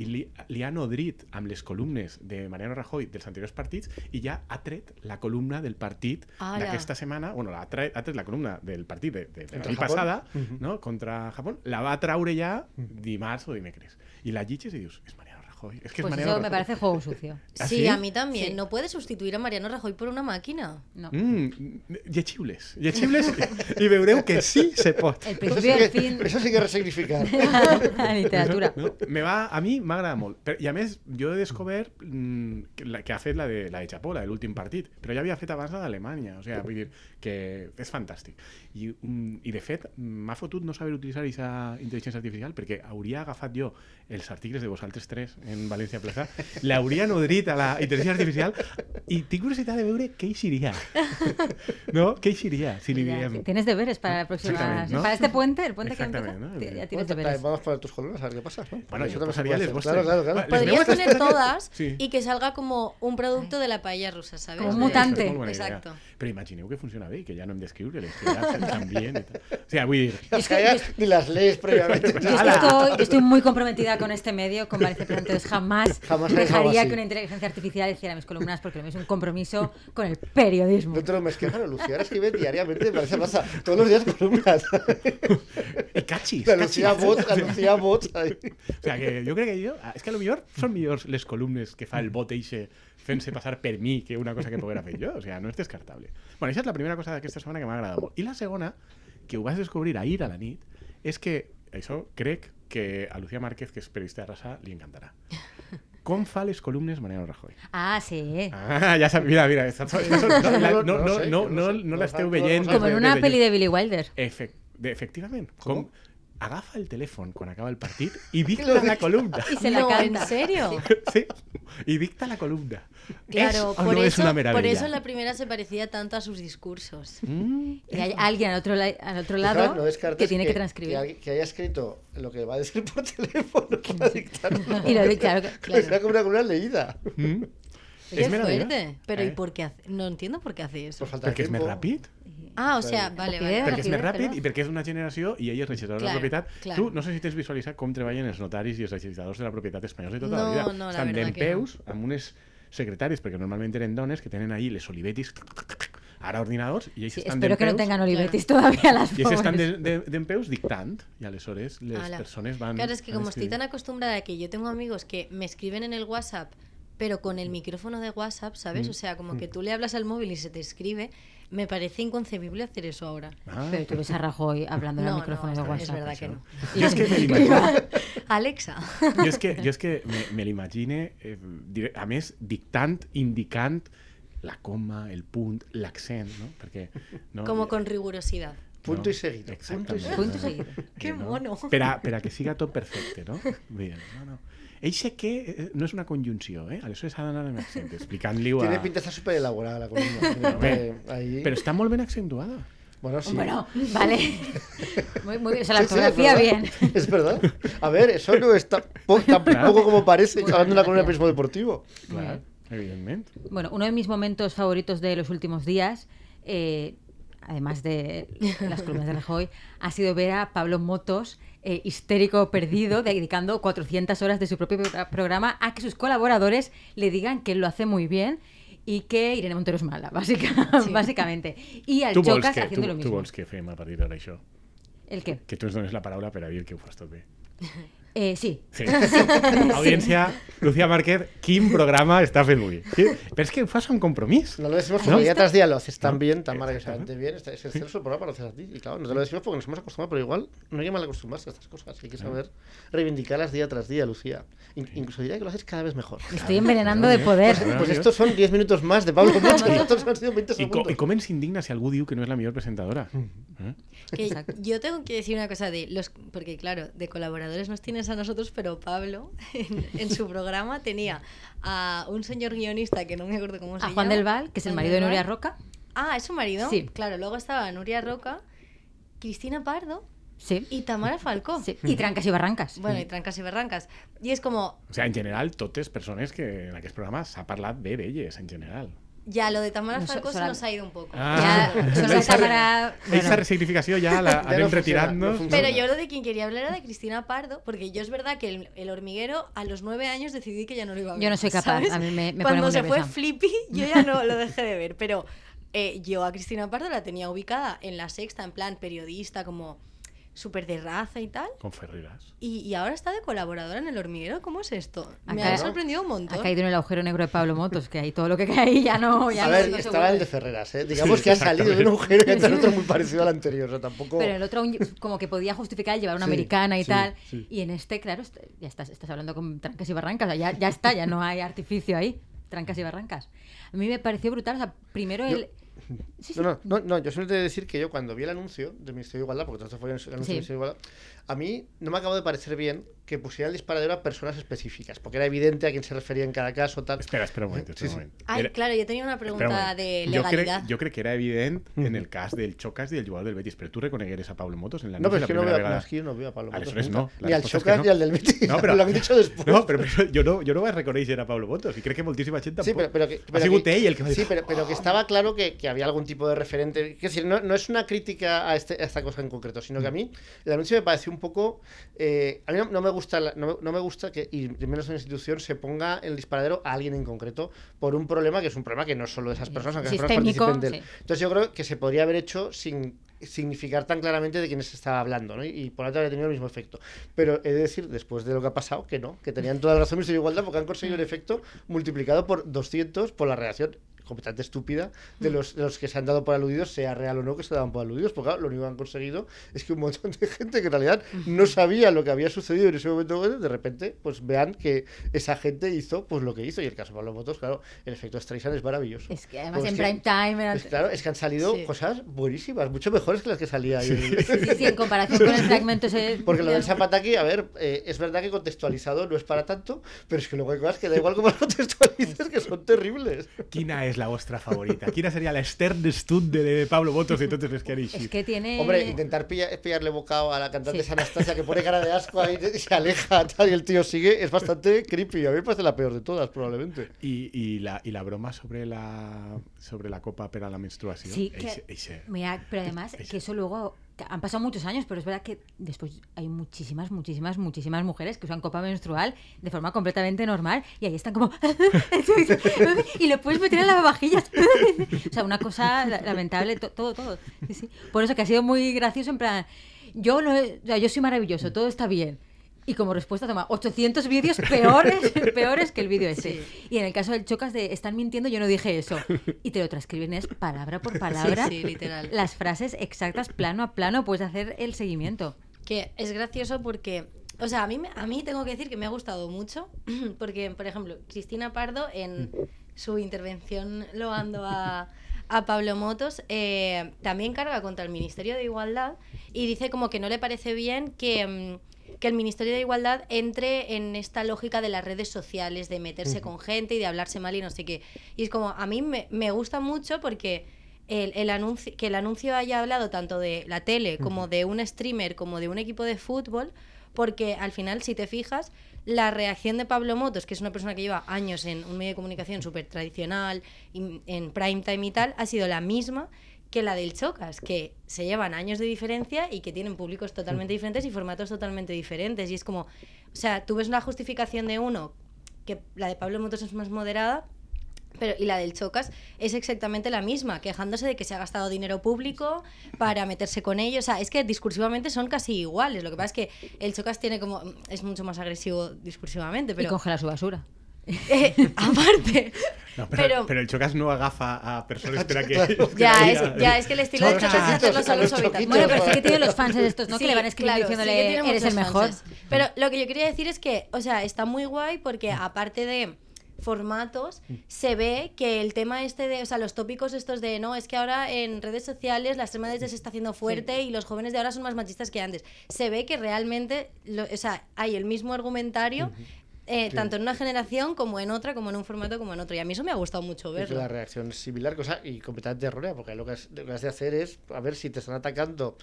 E: i li, li ha nodrit amb les columnes de Mariano Rajoy dels anteriors partits i ja ha tret la columna del partit
D: Ala.
E: d'aquesta setmana, bueno, la ha, tra- ha tret la columna del partit de, de, de la
C: Contra
E: nit
C: Japó.
E: passada, no? contra Japó, la va traure ja dimarts o dimecres. I la llitges i dius, és Mariano Rajoy, és que és
B: Pues
E: Mariano
B: eso me
E: Rajoy.
B: parece juego sucio.
E: ¿Ah,
D: sí,
E: sí?
D: a mí también.
B: Sí.
D: No puedes sustituir a Mariano Rajoy por una máquina.
B: No.
E: Mm, llegibles, llegibles i veureu que sí se pot.
B: El
C: Eso sí,
B: principio y el
C: que,
B: Pues fin
C: eso sí que es resignificar.
B: de la literatura.
E: No? Me va, a mi m'agrada molt. Però, I a més, jo he descobert mm, que, la, que ha fet la de, la de Japó, la de l'últim partit, però ja havia fet abans la d'Alemanya, o sigui, vull dir que és fantàstic. I, mm, i de fet, m'ha fotut no saber utilitzar aquesta intel·ligència artificial perquè hauria agafat jo els articles de vosaltres tres en València Plaza, l'hauria nodrit a la intel·ligència artificial i tinc curiositat de veure què hi xiria. No? Què hi xiria, si li
B: Ya,
E: diem...
B: Tienes deberes para la próxima.
E: Exactamente, ¿no?
B: Para este puente, el puente que empieza,
E: Exactamente, ¿no?
B: ti- ya tienes
C: Bueno,
B: deberes.
C: Vamos a poner tus columnas a ver qué pasa. ¿no?
E: Bueno,
C: Eso
E: yo
C: también se
E: pasaría
C: puede
E: les
C: hacer.
E: vostres.
C: Claro, claro, Pues, claro.
E: Vale. Les
D: Podrías
E: nuevas
D: tener
E: estrategias-
D: todas
E: Sí.
D: y que salga como un producto de la paella rusa, ¿sabes?
B: Como un
D: De-
B: mutante.
E: Això és molt bona idea.
D: Exacto.
E: Però imagineu que funciona bé, que ja no hem d'escriure-les, que ja estan bien. i tal. O sigui, vull dir,
C: Las callas ni las lees previamente.
B: Yo es que estoy, yo estoy muy comprometida con este medio, con Valencia Plana, entonces jamás,
C: Jamás haría algo
B: dejaría
C: así.
B: que una inteligencia artificial hiciera mis columnas porque lo mío es un compromiso con el periodismo.
C: No te lo mezcles, claro, Lucía ahora escribe diariamente, me parece pasa todos los días columnas.
E: i catxis,
C: La
E: catxis.
C: Lucía Bot, la Lucía Bot. ahí.
E: O sigui, que jo crec que jo... ah, És que a lo millor són millors les columnes que fa el bot eixe fent-se passar per mi que una cosa que poguera fer jo. O sigui, no és descartable. Bueno, això és la primera cosa d'aquesta setmana que m'ha agradat molt. I la segona, que ho vas descobrir ahir a la nit, és que això crec que a Lucía Márquez, que és periodista de raça, li encantarà. Com fa les columnes Mariano Rajoy?
B: Ah, sí.
E: Ah, ja sap, mira, mira, està, està, està, no, la- no, no, no, no, no l'esteu veient.
B: Como en una peli de Billy Wilder.
E: Efec de- efectivament.
C: Com?
E: Com? Agafa el telèfon quan acaba el partit i dicta la columna.
B: Y se la
D: no,
B: canta.
D: ¿en serio?
E: Sí, y dicta la columna.
D: Claro,
E: ¿Es o
D: por,
E: oh, no es
D: eso,
E: una
D: por
E: maravilla?
D: eso la primera se parecía tanto a sus discursos.
E: Mm,
B: Y hay alguien al otro, la- al otro
C: Pues Claro,
B: lado
C: no descartes
B: que tiene que
C: Que,
B: transcribir.
C: alguien- que haya escrito lo que va a decir por teléfono para dictar.
B: Y lo dice, claro, que-
C: Claro, será
B: claro.
C: como una columna leída.
E: mm.
D: Oye,
E: Es maravilloso.
D: fuerte. Pero
E: Eh?
D: ¿y por qué hace? No entiendo por qué hace eso.
C: Por falta de
E: Perquè és més
C: tiempo.
E: ràpid,
D: Ah, o sea, vale,
B: Rapidez,
D: vale.
E: perquè és més
B: rapidez,
E: ràpid
B: però-
E: i perquè és una generació i ell és registrador de la
D: Claro,
E: propietat.
D: claro.
E: Tu no sé si tens visualitzat com treballen els notaris i els registradors de la propietat espanyols de tota
D: No,
E: la vida.
D: no, la
E: Estan
D: verdad que
E: d'empeus amb unes secretàries, perquè normalment eren dones, que tenen ahí les olivetis ara ordinadors i ells
B: Sí,
E: estan
B: espero que no
E: dempeus-
B: tengan olivetis todavía las
E: i ells estan
B: pobres.
E: de- de- d'empeus dictant, i aleshores les
D: Ala.
E: persones van...
D: Claro, es que
E: van
D: como estoy tan
E: escrivint.
D: acostumbrada a que yo tengo amigos que me escriben en el WhatsApp, pero con el micrófono de WhatsApp,
E: Mm.
D: ¿sabes? O sea, como que tú le hablas al móvil y se te escribe, me parece inconcebible hacer eso ahora.
E: Ah,
B: Pero tú ves a Rajoy hablando en el
D: No,
B: micrófono
D: no,
B: de
D: es
B: WhatsApp.
D: verdad que no.
E: Jo és que me l'imagino-
D: Alexa.
E: jo és que, jo és que me, me l'imagine, eh, dire- a més, dictant, indicant la coma, el punt, l'accent, no? Perquè... No?
D: Como con rigurosidad.
C: Punto i seguido, punto i
E: Exactament.
C: seguido.
B: Punto i seguido.
D: Que
E: No?
D: mono.
E: Per a, per a que siga tot perfecte, no? Bé, no, no. Eixe que eh, no és una conjunció, eh? Aleshores ha d'anar amb accent, explicant-li-ho a...
C: Tiene pinta de estar súper elaborada la columna. Tiene pinta de- ahí-
E: Però està molt ben accentuada.
C: Bueno, sí.
B: Bueno, vale. Muy, muy bien. O sea, la
C: Sí, sí, es
B: ortografía
C: verdad.
B: bien.
C: Es verdad. A ver, eso no es tan, po- tan
E: Claro.
C: poco como parece,
B: Muy
C: hablando de una columna de
B: bien.
C: periodismo deportivo.
E: Clar, evidentment.
B: Bueno, uno de mis momentos favoritos de los últimos días, eh, además de las columnas de Rajoy, ha sido ver a Pablo Motos, eh, histérico perdido, dedicando 400 horas de su propio pro- programa a que sus colaboradores le digan que él lo hace muy bien y que Irene Montero es mala, básica-
D: Sí.
B: básicamente. Y al
E: Tu vols,
B: Chocas
E: que, tu,
B: haciendo lo
E: tu
B: mismo.
E: vols que fem a partir d'ara això?
B: ¿El qué?
E: Que tu ens dones la paraula per a dir que ho fas tot bé.
B: Eh, sí.
E: Sí. Audiència, Lucía Márquez, quin programa està fent avui? Sí? Però és que ho fas amb compromís.
C: No lo decimos
E: ¿No?
C: porque día tras día lo haces tan
E: No. Eh,
C: bien, tan maravillosamente bien. está- Es el censo programa, lo haces a ti. Y claro, no te lo decimos porque nos hemos acostumbrado, pero igual no hay que mal acostumbrarse a estas cosas. Hay que saber reivindicarlas día tras día, Lucía. In- incluso diría que lo haces cada vez mejor.
B: Me estoy envenenando de poder.
E: Claro.
C: Pues estos son 10 minutos más de Pablo Motos. Estos han sido 20
E: I, co
C: segundos.
E: I com ens indigna si algú diu que no és la millor presentadora? Eh?
D: Que
B: Exacto.
D: yo tengo que decir una cosa de los porque claro de colaboradores nos tienes a nosotros pero Pablo en, en su programa tenía a un señor guionista que no me acuerdo cómo se
B: A
D: llama
B: Juan del Val, que es el
D: Juan
B: marido de
D: del
B: Nuria
D: Val.
B: Roca.
D: ah es su marido
B: Sí.
D: claro luego estaba Nuria Roca Cristina Pardo
B: Sí.
D: y Tamara Falcó
B: Sí. Y trancas y barrancas.
D: bueno y trancas y barrancas y es como
E: O sea, en general, totes persones que en aquest programa s'ha parlat bé d'elles, en general.
D: ya lo de Tamara
B: No, so-
D: Falcó se
B: sola-
D: nos ha ido un poco
E: Ah.
D: Ya,
B: ya,
D: se
B: solo
D: nos ha ido.
B: cámara.
E: Aquesta
B: bueno.
E: resignificació ja la
C: no
E: anem
C: funciona, no
E: retirant-nos.
C: funciona.
D: Pero yo lo de quien quería hablar era de Cristina Pardo, porque yo es verdad que el, el hormiguero a los nueve años decidí que ya no lo iba a ver.
B: Yo no soy capaz,
D: ¿sabes?
B: a mí me- me pone
D: Cuando
B: muy
D: se fue
B: nerviosa.
D: Flippy, yo ya no lo dejé de ver, pero eh, yo a Cristina Pardo la tenía ubicada en la sexta, en plan periodista, como súper de raza y tal.
E: Con Ferreras.
D: Y, y ahora está de colaboradora en el hormiguero. ¿Cómo es esto?
B: Ha
D: Me ha
B: caído-
D: sorprendido un
B: Ha
D: montón.
B: caído en el agujero negro de Pablo Motos, que ahí todo lo que cae ahí ya no. Ya
C: A
B: no-
C: ver,
B: no se
C: estaba el
B: vuelve.
C: de Ferreras, ¿eh? Digamos
E: Sí,
C: que ha salido de un
E: exactamente.
C: agujero y entra en otro muy parecido al anterior. O sea, tampoco...
B: Pero el otro aún como que podía justificar el llevar una
C: Sí,
B: americana y
C: sí,
B: tal.
C: sí.
B: Y en este, claro, est- ya estás, estás hablando con trancas y barrancas. o sea, ya, ya está, ya no hay artificio ahí. Trancas y barrancas. A mí me pareció brutal. O sea, primero
C: Yo-
B: el. Sí, sí.
C: No, no, no, no, yo solo te he de decir que yo cuando vi el anuncio del Ministerio de Igualdad, porque todo esto fue el anuncio del
B: Sí.
C: Ministerio de Igualdad, a mí no me acabó de parecer bien que pusieran el disparadero a personas específicas, porque era evidente a quién se refería en cada caso, tal.
E: Espera, espera un moment.
C: Sí,
E: Espera
C: sí.
E: un moment.
D: Ay,
E: Era-
D: claro, yo tenía una pregunta
E: Espera un moment.
D: de
E: jo, crec,
D: legalidad.
E: jo crec que era evident en el cas del Chocas i del jugador del Betis, però tu reconegueres a Pablo Motos en la
C: No, pero es
E: la
C: que no,
E: primera
C: veo, a-
E: vegada.
C: no, es que yo no veo a Pablo Motos
E: Aleshores
C: nunca.
E: no, la
C: Ni al
E: respuesta és
C: Chocas
E: que no.
C: ni al del Betis.
E: No, però-
C: Lo han dicho después.
E: No, però, però jo, no, jo no vaig reconèixer a Pablo Motos i crec que moltíssima gent tampoc.
C: Sí, pero, pero que, pero
E: ha sigut
C: que-
E: ell el que va dir...
C: Sí, pero, pero que estaba claro que, que había algún tipo de referente. Es decir, no, no es una crítica a, este- a esta cosa en concreto, sino
E: Mm.
C: que a mí el anuncio me pareció un poco. eh, a mí no, no me gusta, la- no, me- no me gusta que, y menos una institución, se ponga el disparadero a alguien en concreto por un problema que es un problema que no es solo de esas personas, aunque las personas
B: Sistémico,
C: participen de él.
B: sí.
C: Entonces yo creo que se podría haber hecho sin significar tan claramente de quién se estaba hablando, ¿no? Y, y por lo tanto habría tenido el mismo efecto. Pero he de decir, después de lo que ha pasado, que no, que tenían toda la razón y su igualdad porque han conseguido el efecto multiplicado por 200 por la reacción completamente estúpida de los, de los que se han dado por aludidos, sea real o no que se daban por aludidos, porque claro, lo único que han conseguido es que un montón de gente que en realidad no sabía lo que había sucedido en ese momento, bueno, de repente, pues vean que esa gente hizo pues lo que hizo. Y el caso de Pablo Motos, claro, el efecto Streisand es maravilloso.
B: Es que además
C: Pues
B: en
C: que-
B: prime time. era-
C: pues claro, es que han salido
D: Sí.
C: cosas buenísimas, mucho mejores que las que salía ahí.
B: Sí, sí, en comparación con el fragmento ese.
C: Porque lo
B: de-
C: del Zapataki, a ver, eh, es verdad que contextualizado no es para tanto, pero es que luego hay cosas que da igual como lo contextualices, que son terribles.
E: Quina és la vostra favorita? Quina seria l'Stern Stunde de Pablo Motos i totes les que han
B: Es
E: eixit?
B: que tiene.
C: Hombre, intentar pilla- pillarle bocado a la cantante
B: Eh. Sí.
C: San Anastasia que pone cara de asco ahí y se aleja tal, y el tío sigue, es bastante creepy. A mí me parece la peor de todas, probablemente.
E: I, i, la, I la broma sobre la, sobre la copa per a la menstruació.
B: Sí, que-
E: Eixe- eixe-
B: Mira, pero además
E: Ese.
B: que eso luego han pasado muchos años, pero es verdad que después hay muchísimas, muchísimas, muchísimas mujeres que usan copa menstrual de forma completamente normal y ahí están como... y le puedes meter en las vajillas. o sea, una cosa lamentable, to- todo, todo. Sí, sí. Por eso que ha sido muy gracioso, en plan, yo, no he- o sea, yo soy maravilloso, todo está bien. Y como respuesta toma 800 vídeos peores, peores que el vídeo ese. Y en el caso del Chocas de están mintiendo, yo no dije eso. Y te lo transcriben es palabra por palabra.
D: sí, literal.
B: Las frases exactas, plano a plano, puedes hacer el seguimiento.
D: Que es gracioso porque, o sea, a mí, me- a mí tengo que decir que me ha gustado mucho, porque, por ejemplo, Cristina Pardo en su intervención loando a, a Pablo Motos eh, también carga contra el Ministerio de Igualdad y dice como que no le parece bien que... mm, que el Ministerio de Igualdad entre en esta lógica de las redes sociales, de meterse con gente y de hablarse mal y no sé qué. Y es como, a mí me, me gusta mucho porque el, el anuncio, que el anuncio haya hablado tanto de la tele como de un streamer, como de un equipo de fútbol, porque al final, si te fijas, la reacción de Pablo Motos, que es una persona que lleva años en un medio de comunicación súper tradicional, y en prime time y tal, ha sido la misma que la del Chocas, que se llevan años de diferencia y que tienen públicos totalmente diferentes y formatos totalmente diferentes. Y es como, o sea, tú ves la justificación de uno, que la de Pablo Motos es más moderada, pero, y la del Chocas es exactamente la misma, quejándose de que se ha gastado dinero público para meterse con ellos. O sea, es que discursivamente son casi iguales. Lo que pasa es que el Chocas tiene como. es mucho más agresivo
B: Y
D: discursivamente, pero.
B: congela su basura.
D: Eh, aparte.
E: No, pero,
D: pero,
E: pero el Chocas no agafa a personas. Espera que.
D: ya, es, ya es que el estilo del
C: Chocas.
D: Chocas es hacerlo
C: Choquitos,
D: solo
C: a los
D: solitario.
B: Bueno,
C: choquitos.
B: pero sí que tiene los fans estos, ¿no? que
D: Sí,
B: le van a escribir
D: claro, sí que
B: diciéndole,
D: tiene
B: eres el
D: muchos
B: mejor.
D: fans. Pero lo que yo quería decir es que, o sea, está muy guay porque aparte de formatos,
C: Mm.
D: se ve que el tema este de, o sea, los tópicos estos de, no, es que ahora en redes sociales la extrema derecha se está haciendo fuerte y los jóvenes de ahora son más machistas que antes. Se ve que realmente, lo- o sea, hay el mismo argumentario. eh, Tanto en una generación como en otra, como en un formato como en otro. Y a mí eso me ha gustado mucho
C: Y que la
D: verlo.
C: reacción es similar, cosa y completamente errónea, porque lo que, has, lo que has de hacer es a ver si te están atacando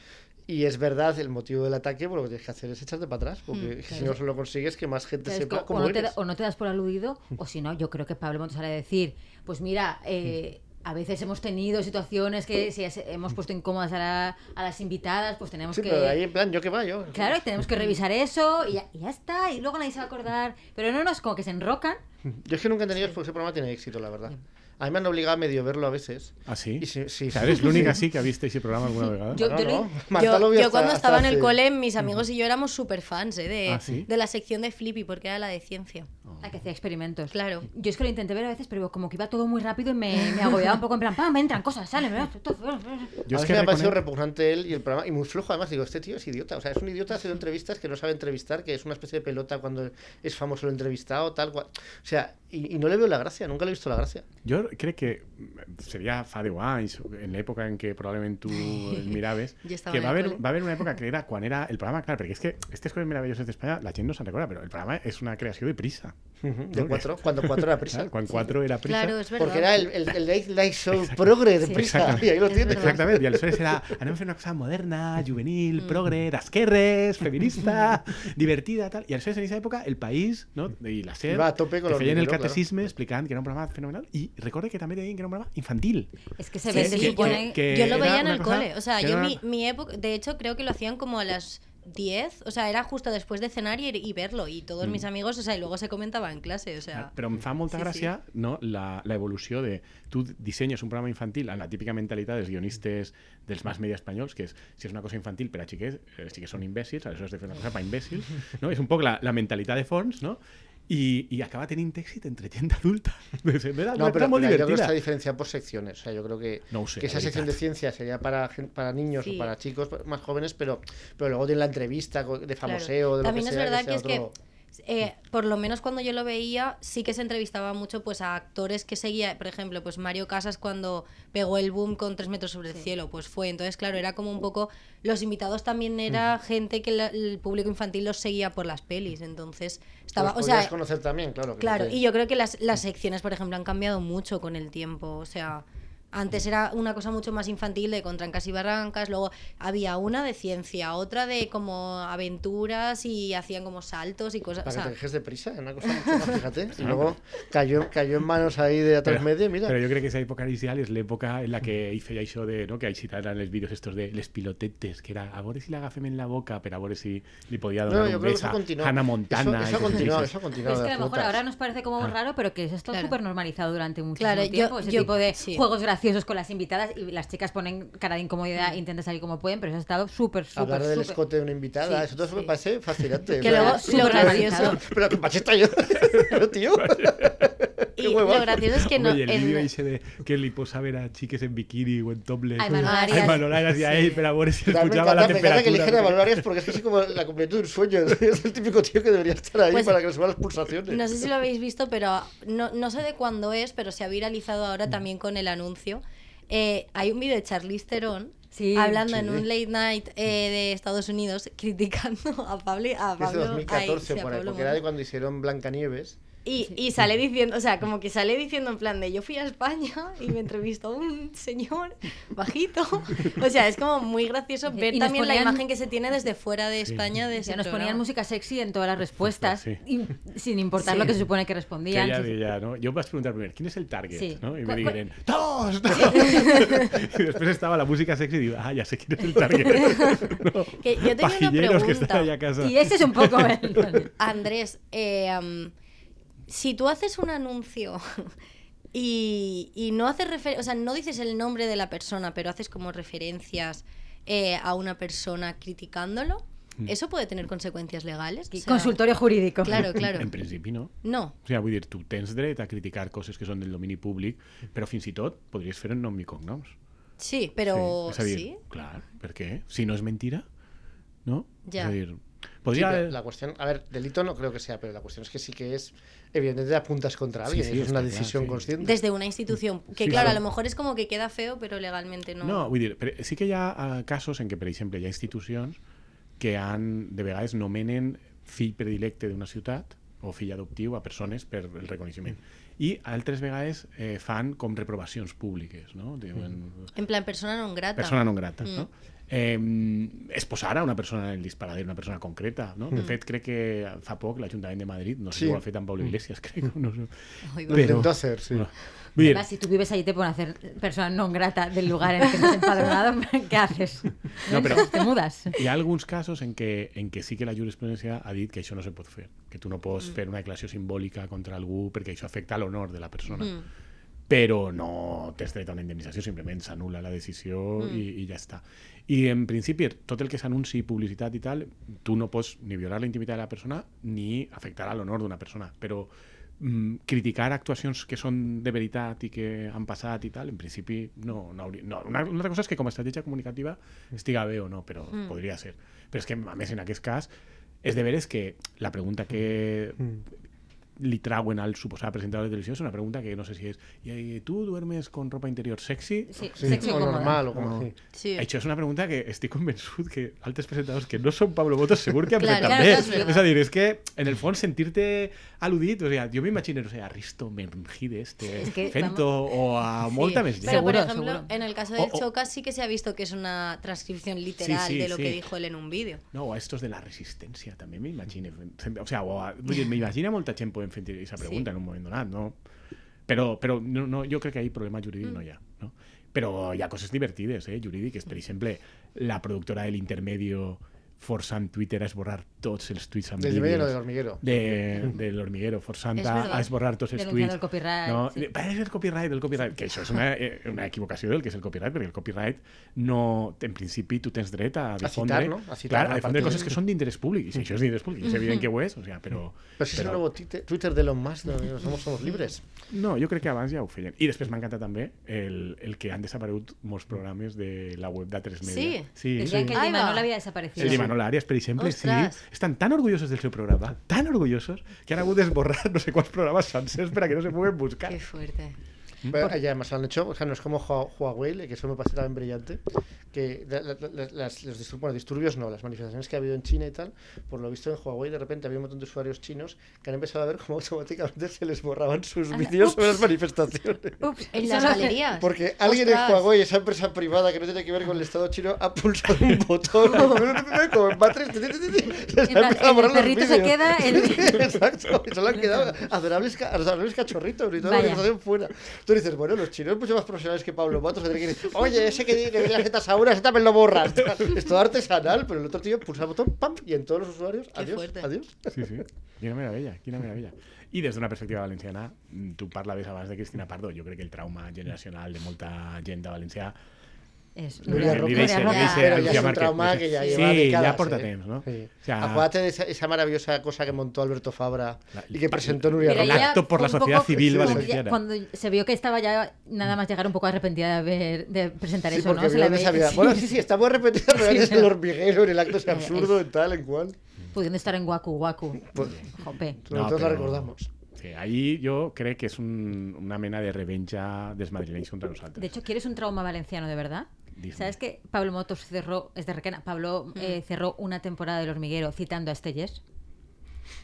C: y es verdad el motivo del ataque, pues lo que tienes que hacer es echarte para atrás, porque si no solo consigues que más gente
B: Claro, Hmm, es
C: sepa
B: que o,
C: cómo
B: no te,
C: eres.
B: da- o no te das por aludido, o si no, yo creo que Pablo Montesara de decir, pues mira, eh, a veces hemos tenido situaciones que si has- hemos puesto incómodas a, la- a las invitadas, pues tenemos
C: Sí,
B: que...
C: pero ahí en plan, yo que va, yo.
B: Claro, y tenemos que revisar eso y ya, y ya está, y luego nadie se va a acordar. Pero no, no, es como que se enrocan.
C: Yo es que nunca he tenido porque ese programa tiene éxito, la verdad. A mí me han obligado a medio verlo a veces.
E: ¿Ah, sí?
C: Y sí, sí,
E: ¿Sabes?
C: sí,
E: La
C: sí.
E: única sí que ha visto ese programa alguna vez.
B: Yo-
C: No,
B: lo-
C: no, Marta
D: Yo,
C: lo vio
D: yo
C: hasta-
D: cuando
C: hasta
D: estaba en el
C: hace-
D: cole, mis amigos y yo éramos súper fans de,
E: ¿Ah, sí?
D: de la sección de Flippy, porque era la de ciencia.
B: A que hacía experimentos.
D: Claro.
B: Yo es que lo intenté ver a veces, pero como que iba todo muy rápido y me, me agobiaba un poco en plan, ¡pam! Me entran cosas, salen, me
E: Yo
C: a
E: es
C: mí
E: que
C: me ha parecido
E: reconozco-
C: repugnante él y el programa, y muy flojo además. Digo, este tío es idiota. O sea, es un idiota haciendo entrevistas que no sabe entrevistar, que es una especie de pelota cuando es famoso el entrevistado, tal cual. O sea, y, y no le veo la gracia, nunca le he visto la gracia.
E: Yo crec que seria fa 10 anys, en l'època en què probablement tu el miraves,
D: Jo estava
E: que va
D: al
E: haver,
D: col·le.
E: va haver una època que era quan era el programa, clar, perquè és que este aquestes coses meravelloses d'Espanya la gent no se'n recorda, però el programa és una creació de prisa.
C: De cuatro, cuando cuatro era prisa.
E: Clar, quan 4 era prisa.
D: Claro, es verdad.
C: Porque era el, el, el Late Light Show Progre de prisa.
E: Exactament.
C: Y ahí lo tienes.
E: Exactament, i aleshores era anem a fer una cosa moderna, juvenil, progre, d'esquerres, feminista, divertida, tal. I aleshores en aquesta època el País no? i la SER
C: Iba a tope con
E: que
C: lo
E: feien el
C: hormiguero, claro.
E: catecisme explicant que era un programa fenomenal i recorde que també deien que era un programa infantil.
B: Es que se
D: Sí,
B: ve,
D: sí,
B: se
D: yo-
B: supone...
E: que-
D: yo lo
E: era
D: veía en
E: una
D: el
E: cosa
D: cole. O sea,
E: que
D: yo
E: era-
D: mi, mi época, de hecho, creo que lo hacían como a las 10, o sea, era justo después de cenar y, y verlo. Y todos
E: Mm.
D: mis amigos, o sea, y luego se comentaba en clase, o sea.
E: Però em fa molta
D: Ah, Sí, sí.
E: gràcia no, la, la evolució de... Tu dissenyes un programa infantil amb la típica mentalitat dels guionistes dels mass media espanyols, que és, si és una cosa infantil per a xiquets, eh, els xiquets són imbècils, aleshores has de fer una cosa per a imbècils. No? És un poc la, la mentalitat de fons, no? I, i acaba tenint èxit entre gent adulta. De ser, era,
C: No, pero,
E: molt
C: mira, yo creo que
E: divertida.
C: está diferenciada por secciones. O sea, yo creo que,
E: No sé,
C: que
E: la
C: esa sección de
E: verdad.
C: ciencia sería para, gen- para niños
D: Sí.
C: o para chicos más jóvenes, pero, pero luego tiene la entrevista co- de
D: Claro.
C: famoseo, de lo
D: También
C: que
D: es
C: sea,
D: verdad
C: que sea
D: que,
C: otro-
D: es que eh, por lo menos cuando yo lo veía sí que se entrevistaba mucho pues a actores que seguía por ejemplo pues Mario Casas cuando pegó el boom con tres metros sobre el cielo pues fue entonces claro era como un poco los invitados también era
C: Mm.
D: gente que la- el público infantil los seguía por las pelis entonces estaba
C: Los
D: o sea
C: podrías conocer también, claro. que no
D: claro
C: te-
D: y yo creo que las, las secciones por ejemplo han cambiado mucho con el tiempo o sea Antes era una cosa mucho más infantil de con trancas y barrancas, luego había una de ciencia, otra de como aventuras y hacían como saltos y cosas.
C: Para
D: o sea,
C: que te dejes de prisa, es una cosa mucho más, fíjate. Y luego cayó, cayó en manos ahí de a tres media, mira.
E: Pero yo creo que esa época inicial es la época en la que hice ya eso de, ¿no? Que ahí citaran los vídeos estos de les pilotetes, que era a veure si la agafem en la boca, pero a veure si li podia donar
C: no,
E: un
C: yo creo que
E: beso
C: eso
E: a
C: ha continuado.
E: Hannah Montana.
C: Eso,
E: y
C: eso ha
E: cosas
C: continuado,
E: de
C: eso
B: Pero
C: ha continuado.
B: es que a
C: de
B: lo mejor
C: absolutas.
B: ahora nos parece como raro, pero que eso está
D: Claro.
B: súper normalizado durante mucho
D: Claro, yo-
B: tiempo. Ese
D: yo-
B: tipo de
D: sí.
B: juegos graciosos con las invitadas y las chicas ponen cara de
D: Mm.
B: incomodidad, intentan salir como pueden, pero eso ha estado súper, súper,
C: Hablar del
B: súper.
C: escote de una invitada,
B: Sí,
C: eso todo eso
D: sí.
C: me parece fascinante.
D: Que
C: o sea,
D: luego
C: es
B: lo
C: súper
D: gracioso-
C: divertido. Pero que pacheta yo, Pero, tío.
D: y
C: Qué
D: lo
C: huevazo.
D: gracioso es que no.
E: Oye, el
D: en-
E: vídeo ese de que li posa a ver a chiques en bikini o en topless.
B: Ay,
E: oye,
B: Manolo
E: Ay,
B: Arias.
E: Manolo Arias y ahí, pero a veure si
C: Me
E: escuchaba
C: encanta, me
E: la
C: encanta
E: temperatura.
C: que elijan a
E: no sé
C: Valor Arias porque es así como la completud de un sueño. Es el típico tío que debería estar ahí
D: Pues-
C: para que le suban las pulsaciones.
D: No sé si lo habéis visto, pero no, no sé de cuándo es, pero se ha viralizado
B: Mm.
D: ahora también con el anuncio. Eh, hay un vídeo de Charlize Theron
B: Sí.
D: hablando en
C: Sí.
D: un late night eh, de Estados Unidos criticando a Pablo. A
C: Es de
D: Pablo ay,
C: 2014
D: sí, a
C: por ahí,
D: Pablo
C: porque era de
D: Mondo.
C: cuando hicieron Blancanieves.
D: y, y sale diciendo, o sea, como que sale diciendo en plan de yo fui a España y me entrevistó un señor bajito. O sea, es como muy gracioso
B: Sí,
D: ver
B: y nos
D: también la
B: ponían-
D: imagen que se tiene desde fuera de España. De
B: O sea,
D: ese
B: nos ponían
D: programa.
B: música sexy en todas las respuestas,
E: Sí.
B: y- sin importar
D: Sí.
B: lo que se supone que
E: qué.
B: respondían.
E: Que ya,
B: Sí, sí.
E: ya, ¿no? Yo vas a preguntar primero, ¿quién es el target?
B: Sí.
E: ¿no? Y me
B: ¿Cuál-
E: dijeron, ¡todos! ¡todos! y después estaba la música sexy y digo, ah, ya sé quién es el target. No,
D: Que yo tenía una
E: pajilleros que están
D: pregunta.
E: ahí a casa.
B: Y ese es un poco el...
D: Andrés, eh, am, si tú haces un anuncio y, y no haces refer- o sea, no dices el nombre de la persona, pero haces como referencias eh, a una persona criticándolo,
E: Mm.
D: ¿eso puede tener consecuencias legales? O sea,
B: Consultorio jurídico.
D: Claro, claro.
E: En principi no.
D: No.
E: O sigui, vull dir, tu tens dret a criticar coses que són del domini públic, però fins i tot podries fer en nom i cognoms.
D: Sí, pero
E: sí. És a dir,
D: sí.
E: clar, per què? Si no és mentira, no?
D: Ja.
E: És a dir,
C: Sí,
E: podria...
C: pero la cuestión, a ver, delito no creo que sea, pero la cuestión es que sí que es, evidentemente apuntas contra
E: Sí,
C: alguien,
E: sí,
C: eso es una
E: está claro,
C: decisión
E: sí.
C: consciente.
D: Desde una institución. Que
E: Sí,
D: claro, a
E: sí.
D: lo mejor es como que queda feo, pero legalmente no.
E: No, vull dir, però sí que hi ha eh, casos en què, per exemple, hi ha institucions que han, de vegades nomenen fill predilecte d'una ciutat o fill adoptiu a persones per el reconeixement. I altres vegades eh, fan com reprovacions públiques, no? Diuen,
D: En plan, persona no grata.
E: persona no grata,
D: Mm.
E: no? Eh, es posarà una persona en el disparadero, una persona concreta, no? De fet, crec que fa poc l'Ajuntament de Madrid, no sé
C: Sí.
E: si ho ha fet amb Pablo Iglesias, crec, no sé.
D: Ay,
C: Lo
D: va.
C: intentó hacer, sí.
E: Bueno, vull dir,
B: Además, si tú vives ahí te pueden hacer persona non grata del lugar en el que estás empadronado, ¿qué haces? pues,
E: No, pero-
B: Te mudas.
E: hi ha alguns casos en què, en què sí que la jurisprudència ha dit que això no se pot fer, que tu no pots fer una declaració simbòlica contra algú perquè això afecta l'honor de la persona.
D: Mm.
E: però no tens dret a una indemnització, simplement s'anul·la la decisió i, i ja està. I en principi, tot el que s'anunci, publicitat i tal, tu no pots ni violar la intimitat de la persona ni afectar a l'honor d'una persona, però mm, criticar actuacions que són de veritat i que han passat i tal, en principi no, no hauria... No. Una, una altra cosa és que com a estratègia comunicativa estiga bé o no, però mm. podria ser. Però és que, a més, en aquest cas, és de veres que la pregunta que li trauen al suposado presentador de televisión es una pregunta que no sé si es ¿y eh, tú duermes con ropa interior sexy?
B: Sí,
C: Sí,
B: sexy
C: o
B: cómoda.
C: normal, o como sí.
D: Sí.
E: De hecho, es una pregunta que estoy convencido que altos presentadors que no son Pablo Botos seguro que han
D: Claro,
E: fet
D: claro,
E: també.
D: claro, es verdad.
E: És a dir, és que, en el fondo sentirte aludido o sea, yo me imagino, o sea, a Risto Mengides, te
B: Es que,
E: Fento o a
D: Sí,
E: Molta més
D: Pero, por
B: Seguro,
D: ejemplo,
B: seguro.
D: en el caso
E: O-
D: del
E: o-
D: Chocas sí que se ha visto que es una transcripción literal
E: sí,
D: de lo
E: sí.
D: que dijo él en un vídeo.
E: No, o a estos de la resistencia también me imagino. O sea, o a- vull dir, me imagino a molta gent podent fer esa pregunta en un momento donat, no? Pero, pero no, no, yo creo que hay problemas jurídicos, no ya, ¿no? Pero ya cosas divertidas, ¿eh? Jurídicas. Por ejemplo, la productora del intermedio forzan Twitter a esborrar todos los tweets
C: Desde medio no, del hormiguero.
E: de, del hormiguero,
D: Es
E: forzanta
D: verdad.
E: a esborrar todos els
B: Denunciando
E: tweets.
B: el copyright,
E: No,
B: sí.
E: Parece el copyright, del copyright, que això és una, eh, una equivocació del que és el copyright, perquè el copyright no, en principi tu tens dret a difondre,
C: citar, no? A citar
E: clar, a
C: una
E: difondre
C: part
E: coses
C: de-
E: que són d'interès públic, i si això és d'interès públic, és evident que ho és, o sea, però...
C: Pero si es el nuevo Twitter, Twitter de Elon Musk, no, no somos, somos libres.
E: No, jo crec que abans ja ho feien. I després m'encanta també el, el que han desaparegut molts programes de la web d'A3 Media.
D: Sí?
E: Sí,
B: Decían que el
D: Ahí
B: Dima
D: va.
B: no la había desaparecido.
E: El de Manolo Arias, per exemple,
D: Ostres.
E: sí. Estan tan orgullosos del seu programa, tan orgullosos, que han hagut d'esborrar no sé quants programes sencers per a que no se puguen buscar.
D: Qué fuerte.
E: Mm.
C: Pero ya además han hecho, o sea, no es como Hua- Huawei, que eso me parece también brillante, que la- la- la- las, los disturbios, bueno, disturbios no, las manifestaciones que ha habido en China y tal, por lo visto en Huawei de repente había un montón de usuarios chinos que han empezado a ver cómo automáticamente se les borraban sus vídeos sobre las manifestaciones.
B: Ups,
D: En
B: solo
D: las
B: hace-
D: galerías.
C: Porque alguien en
D: Ostras.
C: Huawei, esa empresa privada que no tiene que ver con el Estado chino, ha pulsado un botón como en Matrix, ti, ti, ti, ti, se les
B: Y
C: han
B: la-
C: empezado a
B: el
C: borrar los
B: perrito se
C: vídeos.
B: queda, el-
C: Sí, Exacto, y solo han quedado adorables, ca- adorables cachorritos y toda la
B: Vaya.
C: organización fuera. Tú dices, bueno, los chinos mucho más profesionales que Pablo Matos, que tienen que decir, oye, ese que tiene que ver las setas ahora, ese también lo borras. Es todo artesanal, pero el otro tío pulsa el botón, pam, y en todos los usuarios, adiós,
D: fuerte.
C: adiós.
E: Sí, sí. Quina meravella, quina meravella. I des d'una perspectiva valenciana, mm, tu parlaves abans de Cristina Pardo, jo crec que el trauma generacional de molta gent de Valencià
B: Es
E: Núria
B: Nuria Roca.
E: Roca. Dice-
B: Nuria Roca.
E: dice-
C: Pero ya
E: Alicia
C: es un
E: Márquez,
C: trauma
E: dice-
C: que ya
E: Sí,
C: lleva
E: ya
C: décadas.
E: porta
C: ¿eh?
E: temps, no?
C: Sí.
E: O sea-
C: Acuérdate de esa, esa maravillosa cosa que montó Alberto Fabra
E: La-
C: y que presentó Nuria
E: Mira,
C: Roca.
E: El
B: ella
E: acto por la
B: un
E: sociedad civil
B: como que
E: valenciana.
B: ya- Cuando se vio que estaba ya nada más llegar un poco arrepentida de, haber- de presentar
C: Sí,
B: eso,
C: porque
B: ¿no?
C: vio
B: ve-
C: esa vida. Bueno, sí, sí, está muy repetida, pero
B: Sí,
C: es
B: pero-
C: el hormiguero, en el acto es
B: Ya,
C: absurdo,
B: es-
C: en tal, en cual.
B: Pudiendo estar en Waku Waku.
C: Pues-
B: Jope.
C: Nosotros la recordamos.
E: Sí, ahí jo crec que és un, una mena de revenja dels madrilenys contra nosaltres.
B: De hecho, ¿quieres un trauma valenciano de verdad?
E: Dime.
B: ¿Sabes que Pablo Motos cerró, es de Requena,
D: Mm.
B: Pablo eh, cerró una temporada del hormiguero citando a Estellés?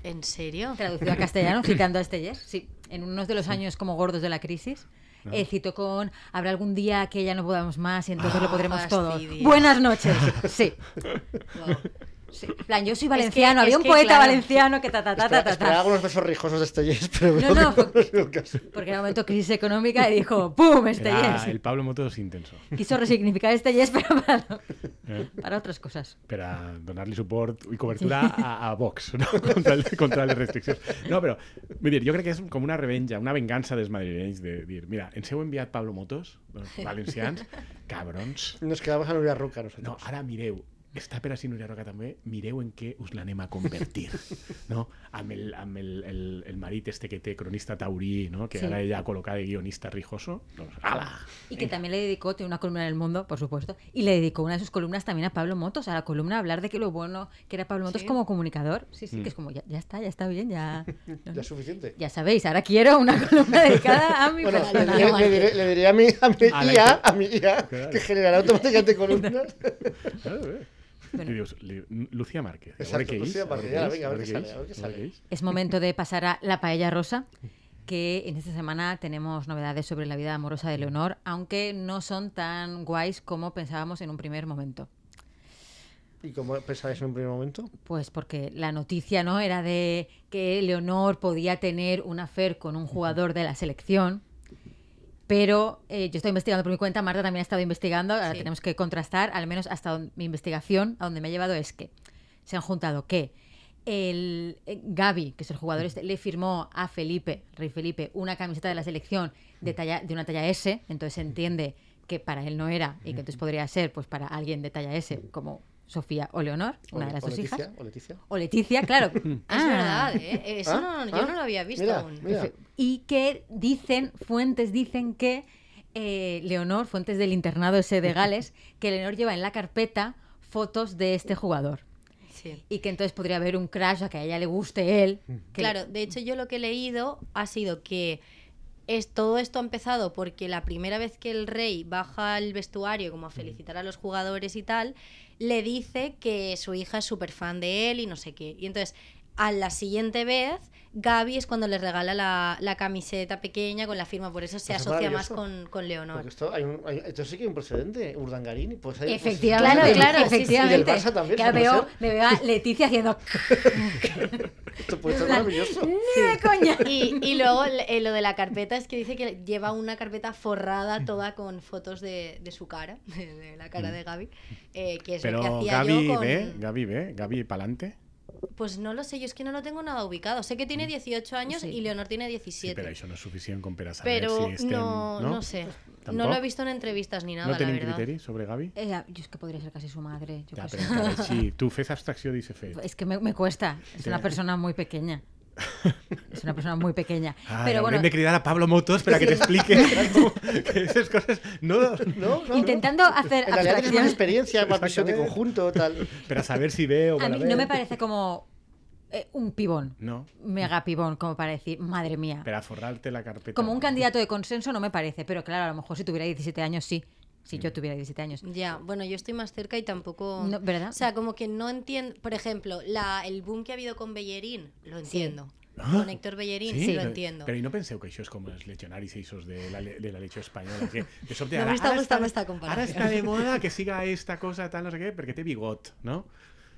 D: ¿En serio?
B: traducido a castellano, citando a Estellés, sí, en unos de los años como gordos de la crisis. eh, citó con habrá algún día que ya no podamos más y entonces lo podremos todos.
D: Ah, fastidio.
B: Buenas noches. Sí,
D: Guau.
B: sí. En Plan, yo soy valenciano,
D: es
B: había un
D: que,
B: poeta
D: claro.
B: valenciano que ta ta ta ta
C: Espera-
B: ta.
C: Esperaba
B: ta.
C: algunos besos rijosos de Estellés, pero
B: No,
C: creo que
B: no,
C: ha sido el caso.
B: Porque era un momento crisis económica y dijo, ¡pum!
E: Era
B: Estellés.
E: el Pablo Motos intenso.
B: Quiso resignificar Estellés, pero para,
E: Eh?
B: para otras cosas.
E: per a donar-li suport i cobertura a, a Vox no? contra, el, contra les restriccions. No, però, vull dir, jo crec que és com una revenja, una vengança dels madrilenys de dir, mira, ens heu enviat Pablo Motos, doncs, valencians, cabrons.
C: Nos quedamos a Nuria Roca
E: No,
C: nosotros.
E: ara mireu, està per a Sinuria Roca també, mireu en què us l'anem a convertir, no? Amb, el, amb el, el, el marit este que té cronista taurí, no? que
B: Sí.
E: sí. ara ella ha col·locat de guionista rijoso, doncs, ala!
B: Y que también le dedicó, tiene una columna en el mundo, por supuesto, y le dedicó una de sus columnas también a Pablo Motos, a la columna a hablar de que lo bueno que era Pablo Motos
D: Sí.
B: como comunicador. Sí, sí,
E: Mm.
B: que es como, ya, ya está, ya está bien, ya, no,
C: Ya
B: no.
C: es suficiente.
B: ya sabéis, ahora quiero una columna dedicada a mi
C: Bueno, le,
B: persona.
C: diré- le diré, le diré a mi, a mi
E: A la
C: IA,
E: que-
C: a mi IA,
E: Claro.
C: que generará automáticamente columnas.
E: Ah, bé.
B: Bueno.
E: Li dius, li, Lucía Márquez. a veure
C: Exacto,
E: què és,
C: Lucía
E: a veure
C: Márquez,
E: què
C: ara,
E: és,
C: vinga, a veure
E: veure
C: què
E: què
C: sale, a veure què
E: és, a veure
C: sale.
E: què és.
B: Es momento de pasar a la paella rosa, que en esta semana tenemos novedades sobre la vida amorosa de Leonor, aunque no son tan guays como pensábamos en un primer momento.
C: ¿Y como pensabais en un primer momento?
B: Pues porque la noticia no era de que Leonor podía tener un affair con un jugador de la selección. Pero eh, yo estoy investigando por mi cuenta, Marta también ha estado investigando, ahora
D: Sí.
B: tenemos que contrastar, al menos hasta don- mi investigación, a donde me ha llevado es que se han juntado que el eh, Gaby, que es el jugador este, le firmó a Felipe, Rey Felipe, una camiseta de la selección de, talla, de una talla S, entonces se entiende que para él no era y que entonces podría ser pues para alguien de talla S, como Sofía o Leonor, una
C: O-
B: de las
C: o
B: dos
C: Leticia,
B: hijas.
C: O Leticia.
B: O Leticia, claro.
D: Es verdad, ¿eh? Eso
C: ¿Ah?
D: no, yo
C: ¿Ah?
D: no lo había visto
C: Mira,
D: aún.
C: mira.
B: Efe- Y que dicen, fuentes dicen que eh, Leonor, fuentes del internado ese de Gales, que Leonor lleva en la carpeta fotos de este jugador.
D: Sí.
B: Y que entonces podría haber un crash a que a ella le guste él. que-
D: Claro, de hecho yo lo que he leído ha sido que es, todo esto ha empezado porque la primera vez que el rey baja al vestuario como a felicitar a los jugadores y tal, le dice que su hija es súper fan de él y no sé qué. Y entonces, a la siguiente vez, Gaby es cuando le regala la, la camiseta pequeña con la firma, por eso se
C: Eso es
D: asocia más
C: maravilloso.
D: con, con Leonor.
C: Porque esto, hay un, hay- esto sí que hay un precedente, Urdangarín. y Pues hay, pues-
B: Efectivamente,
D: Claro, claro, sí, sí.
B: efectivamente.
C: Y del Barça también,
B: Que
C: se puede
B: veo-
C: ser.
B: me veo a Leticia haciendo.
C: esto puede ser maravilloso.
B: ¡Ni de coña!
D: Y, y luego eh, lo de la carpeta es que dice que lleva una carpeta
E: Mm.
D: forrada toda con fotos de, de su cara, de, de la cara de Gaby, eh, que es lo que
E: Però
D: hacía
E: Gavi
D: yo con...
E: bé, Gavi bé, Gavi pa'lante.
D: Pues no lo sé, yo es que no lo tengo nada ubicado. Sé que tiene 18 años
B: Sí.
D: y Leonor tiene
E: Mm. Sí,
D: 17.
E: però això no és suficient com per a saber
D: pero
E: si estem...
D: no, no sé. No
E: Tampoc?
D: lo he visto en entrevistas ni nada,
E: pues no
D: la
E: tenim
D: verdad. pues
E: criteri sobre Gavi?
B: Eh, yo es que podría ser casi su madre. yo
E: Ja,
B: qué sé.
E: però encara així, tu fes abstracció d'aquest fet.
B: Es que me, me cuesta. Es una persona muy pequeña. Es una persona muy pequeña.
E: Ah,
B: Pero bueno,
E: haurem de cridar a Pablo Motos per a que t'explique com- que aquestes coses... No,
C: No, no, no.
B: intentando hacer
C: En realidad tienes
B: abstracción,
C: más experiencia, más visión de
E: Exactamente.
C: conjunto, tal.
E: per a saber si ve o
B: a mí
E: malament.
B: no me parece como eh, un pibón,
E: No.
B: mega pibón, como para decir, madre mía.
E: Pero a forrarte la carpeta.
B: Como un candidato de consenso no me parece, pero claro, a lo mejor si tuviera 17 años sí. Si yo tuviera 17 años.
D: Ya, bueno, yo estoy más cerca y tampoco.
B: No, ¿verdad?
D: O sea, como que no entiendo. Por ejemplo, la, el boom que ha habido con Bellerín, lo entiendo. Con Héctor Bellerín, sí, lo
E: Ah. pero-
D: entiendo.
E: Pero yo no pensé que eso es como los legionaris e isos de la, le- de la leche española. Que, que eso te
D: No me
E: hará,
D: está
E: "Ahora
D: gustando esta comparación".
E: Ahora está de moda que siga esta cosa, tal, no sé qué, porque te bigot, ¿no?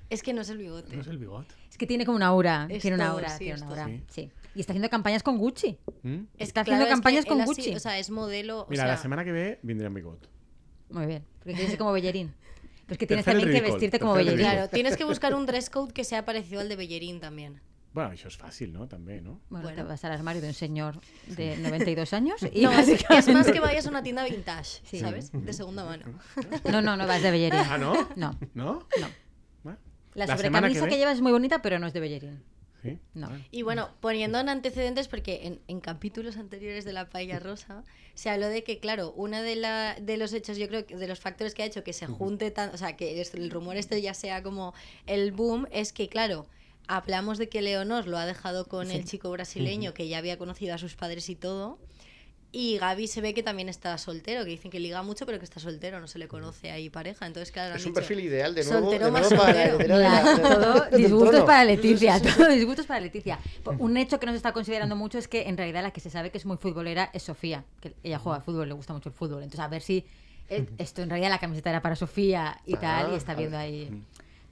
D: Es que no es el bigote.
E: No es el bigot.
B: Es que tiene como una aura.
D: Es
B: tiene una
D: todo,
B: aura,
D: sí,
B: tiene
D: es
B: una
D: todo.
B: aura. Sí.
E: Sí.
B: Y está haciendo campañas con Gucci.
E: ¿Mm?
B: Está haciendo
D: es que
B: campañas con
D: él así-
B: Gucci.
D: o sea, es modelo. o
E: Mira,
D: sea,
E: la semana que ve vendrá un bigot.
B: Muy bien. Porque quieres ser como Bellerín. Pero es que tienes
E: Tercer
B: también que
E: ridículo,
B: vestirte como
E: tercer
B: Bellerín.
D: Claro, tienes que buscar un dress code que sea parecido al de Bellerín también.
E: Bueno, eso es fácil, ¿no? También, ¿no?
B: Bueno,
D: Bueno.
B: te vas al armario de un señor de 92 años y
D: No, es, es
B: básicamente-
D: más que vayas a una tienda vintage,
B: Sí.
D: ¿sabes? De segunda mano.
B: No, no, no vas de Bellerín.
E: Ah, ¿no?
B: No.
E: ¿No? No.
B: La, sobrecamisa que, llevas es muy bonita, pero no es de Bellerín.
E: Sí.
B: No.
E: Bueno.
D: Y bueno, poniendo en antecedentes, porque en, en capítulos anteriores de La Paella Rosa se habló de que, claro, uno de, la- de los hechos, yo creo, que de los factores que ha hecho que se junte tan, o sea, que es- el rumor este ya sea como el boom, es que, claro, hablamos de que Leonor lo ha dejado con el chico brasileño que ya había conocido a sus padres y todo. Y Gaby se ve que también está soltero, que dicen que liga mucho, pero que está soltero, no se le conoce ahí pareja. Entonces, claro, han
C: Es un
D: dicho,
C: perfil ideal de nuevo, de
D: soltero
C: nuevo
D: más
C: para la
D: soltero.
C: heredera de
B: Mira,
C: la- de la-
B: todo
C: del
B: disgustos
C: trono.
B: para Leticia, todo disgustos para Leticia. Por- Un hecho que no se está considerando mucho es que en realidad la que se sabe que es muy futbolera es Sofía, que ella juega al fútbol, le gusta mucho el fútbol. Entonces a ver si eh, esto en realidad la camiseta era para Sofía
C: Ah,
B: y tal, y está viendo ahí.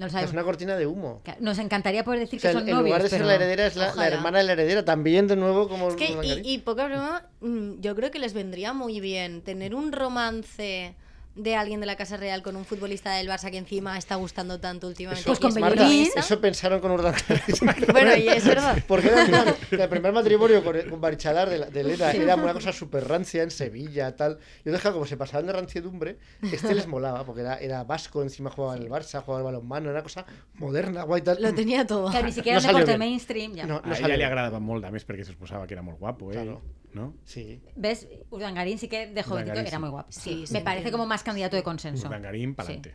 B: No lo
C: Es una
B: sabemos.
C: cortina de humo.
B: Nos encantaría poder decir
C: O
B: que
C: sea, en
B: son
C: en
B: novios.
C: lugar de ser
B: pero-
C: la heredera, es la, la
D: Ojalá.
C: hermana de la heredera. También, de nuevo, como.
D: Es que, y,
C: Margarita.
D: y poca broma, mm, yo creo que les vendría muy bien tener un romance de alguien de la Casa Real con un futbolista del Barça que encima está gustando tanto últimamente.
B: Pues
D: y
B: con
D: es
B: Bellerín.
D: portuguesa.
C: Eso pensaron con Urdangarín.
D: Bueno, y es verdad.
C: Porque era en plan, el primer matrimonio con, con Barichalar de, la- de Elena era una cosa súper rancia en Sevilla, tal. Y entonces, claro, como se pasaban de ranciedumbre, este les molaba, porque era, era vasco, encima jugaba en el Barça, jugaba al balonmano, era una cosa moderna, guay, tal.
D: Lo tenía todo.
B: Claro, ni siquiera
C: No
B: es de
C: salió
B: corte
C: bien.
B: mainstream. Ya.
C: No,
E: A
C: no
E: ella le
C: sale.
E: agradaba molt, a més, perquè s'exposava que era molt guapo, eh?
C: Claro.
E: No?
C: Sí.
B: ¿Ves? Urdangarín sí que de jovencito
E: Urdangarín,
B: era
E: sí.
B: muy guapo.
D: Sí, se
B: Me parece
D: entiende.
B: como más candidato de consenso.
E: Urdangarín, pa'lante.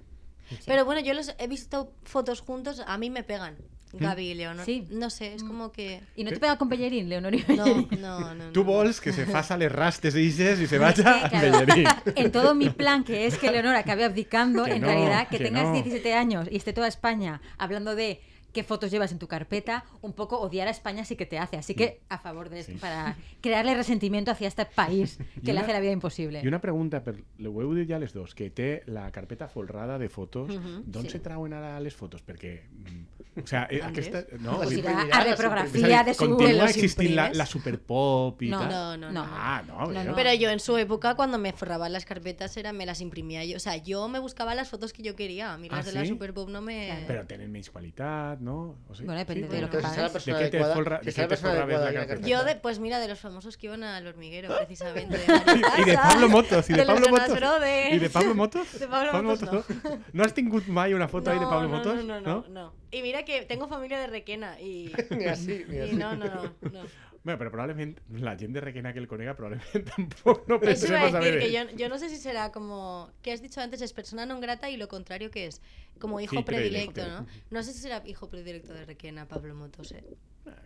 D: Pero bueno, yo los he visto fotos juntos, a mí me pegan. Gaby y Leonor.
B: Sí.
D: No sé, es como que.
B: ¿Y no te pega con Pellerín, Leonor y
D: No,
B: Bellerín?
D: no, no.
E: Tu
D: no.
E: vols que se faça les rastes d'ixes i se
B: Es
E: vaja
B: que,
E: a
B: claro,
E: Bellerín.
B: En todo mi plan, que es que Leonor acabe abdicando,
E: Que
B: en
E: no,
B: realidad, que,
E: que
B: tengas
E: no.
B: 17 años y esté toda España hablando de qué fotos llevas en tu carpeta, un poco odiar a España sí que te hace. Así que a favor de
E: Sí.
B: para crearle resentimiento hacia este país que le
E: una-
B: hace la vida imposible.
E: I una pregunta, per... ho heu dit ja les dos, que té la carpeta folrada de fotos.
D: Mhm,
E: D'on
B: sí.
E: se trauen ara les fotos? Perquè, mm, o sea, eh,
D: Antes.
E: aquesta... No?
B: Pues
E: Sí,
B: irà
C: imprimirà,
B: a
C: les
E: és a
B: reprografía
E: dir,
B: de su...
E: continua
D: los
E: existint la,
D: imprimes.
E: la superpop i
B: No,
E: tal?
D: No, no, no.
E: Ah, no,
B: No, no.
E: no.
D: Pero yo en su época, cuando me forraba las carpetas, era, me las imprimía yo. O sea, yo me buscaba las fotos que yo quería. A mí
E: Ah,
D: las de la
E: ¿sí?
D: Superpop no me.
E: Però tenen menys qualitat, no? O
B: Bueno, depende
D: de lo que
C: Pero si está la
B: pagues.
C: persona
E: ¿De qué te
C: adecuada,
E: folra-
C: si
E: de
C: está
E: qué
C: la
E: te
C: persona
E: folra
C: adecuada
E: bien la
C: en la
E: carpeta?
D: Yo,
C: carpeta.
D: de, pues mira, de los famosos que iban al hormiguero, precisamente.
E: I ¿Ah? de Pablo Motos, i de
D: De
E: Pablo
D: los Jonas
E: Motos.
D: Brothers.
E: I de Pablo Motos?
D: De Pablo Motos
E: no. No has tingut mai una foto ahí de Pablo
D: no,
E: Motos?
D: No, no, no, no. Y mira que tengo familia de Requena y...
C: Ni así, ni
D: y
C: así.
D: no, no, no. no.
E: Bueno, pero probablemente la gente de Requena que el conega probablemente tampoco no
D: Eso
E: pensé
D: iba a
E: más a
D: decir
E: ver.
D: que yo, yo no sé si será como... que has dicho antes? Es persona non grata y lo contrario que es como hijo
E: Sí, predilecto.
D: predilecto, ¿no? No sé si será hijo predilecto de Requena, Pablo Motos, eh.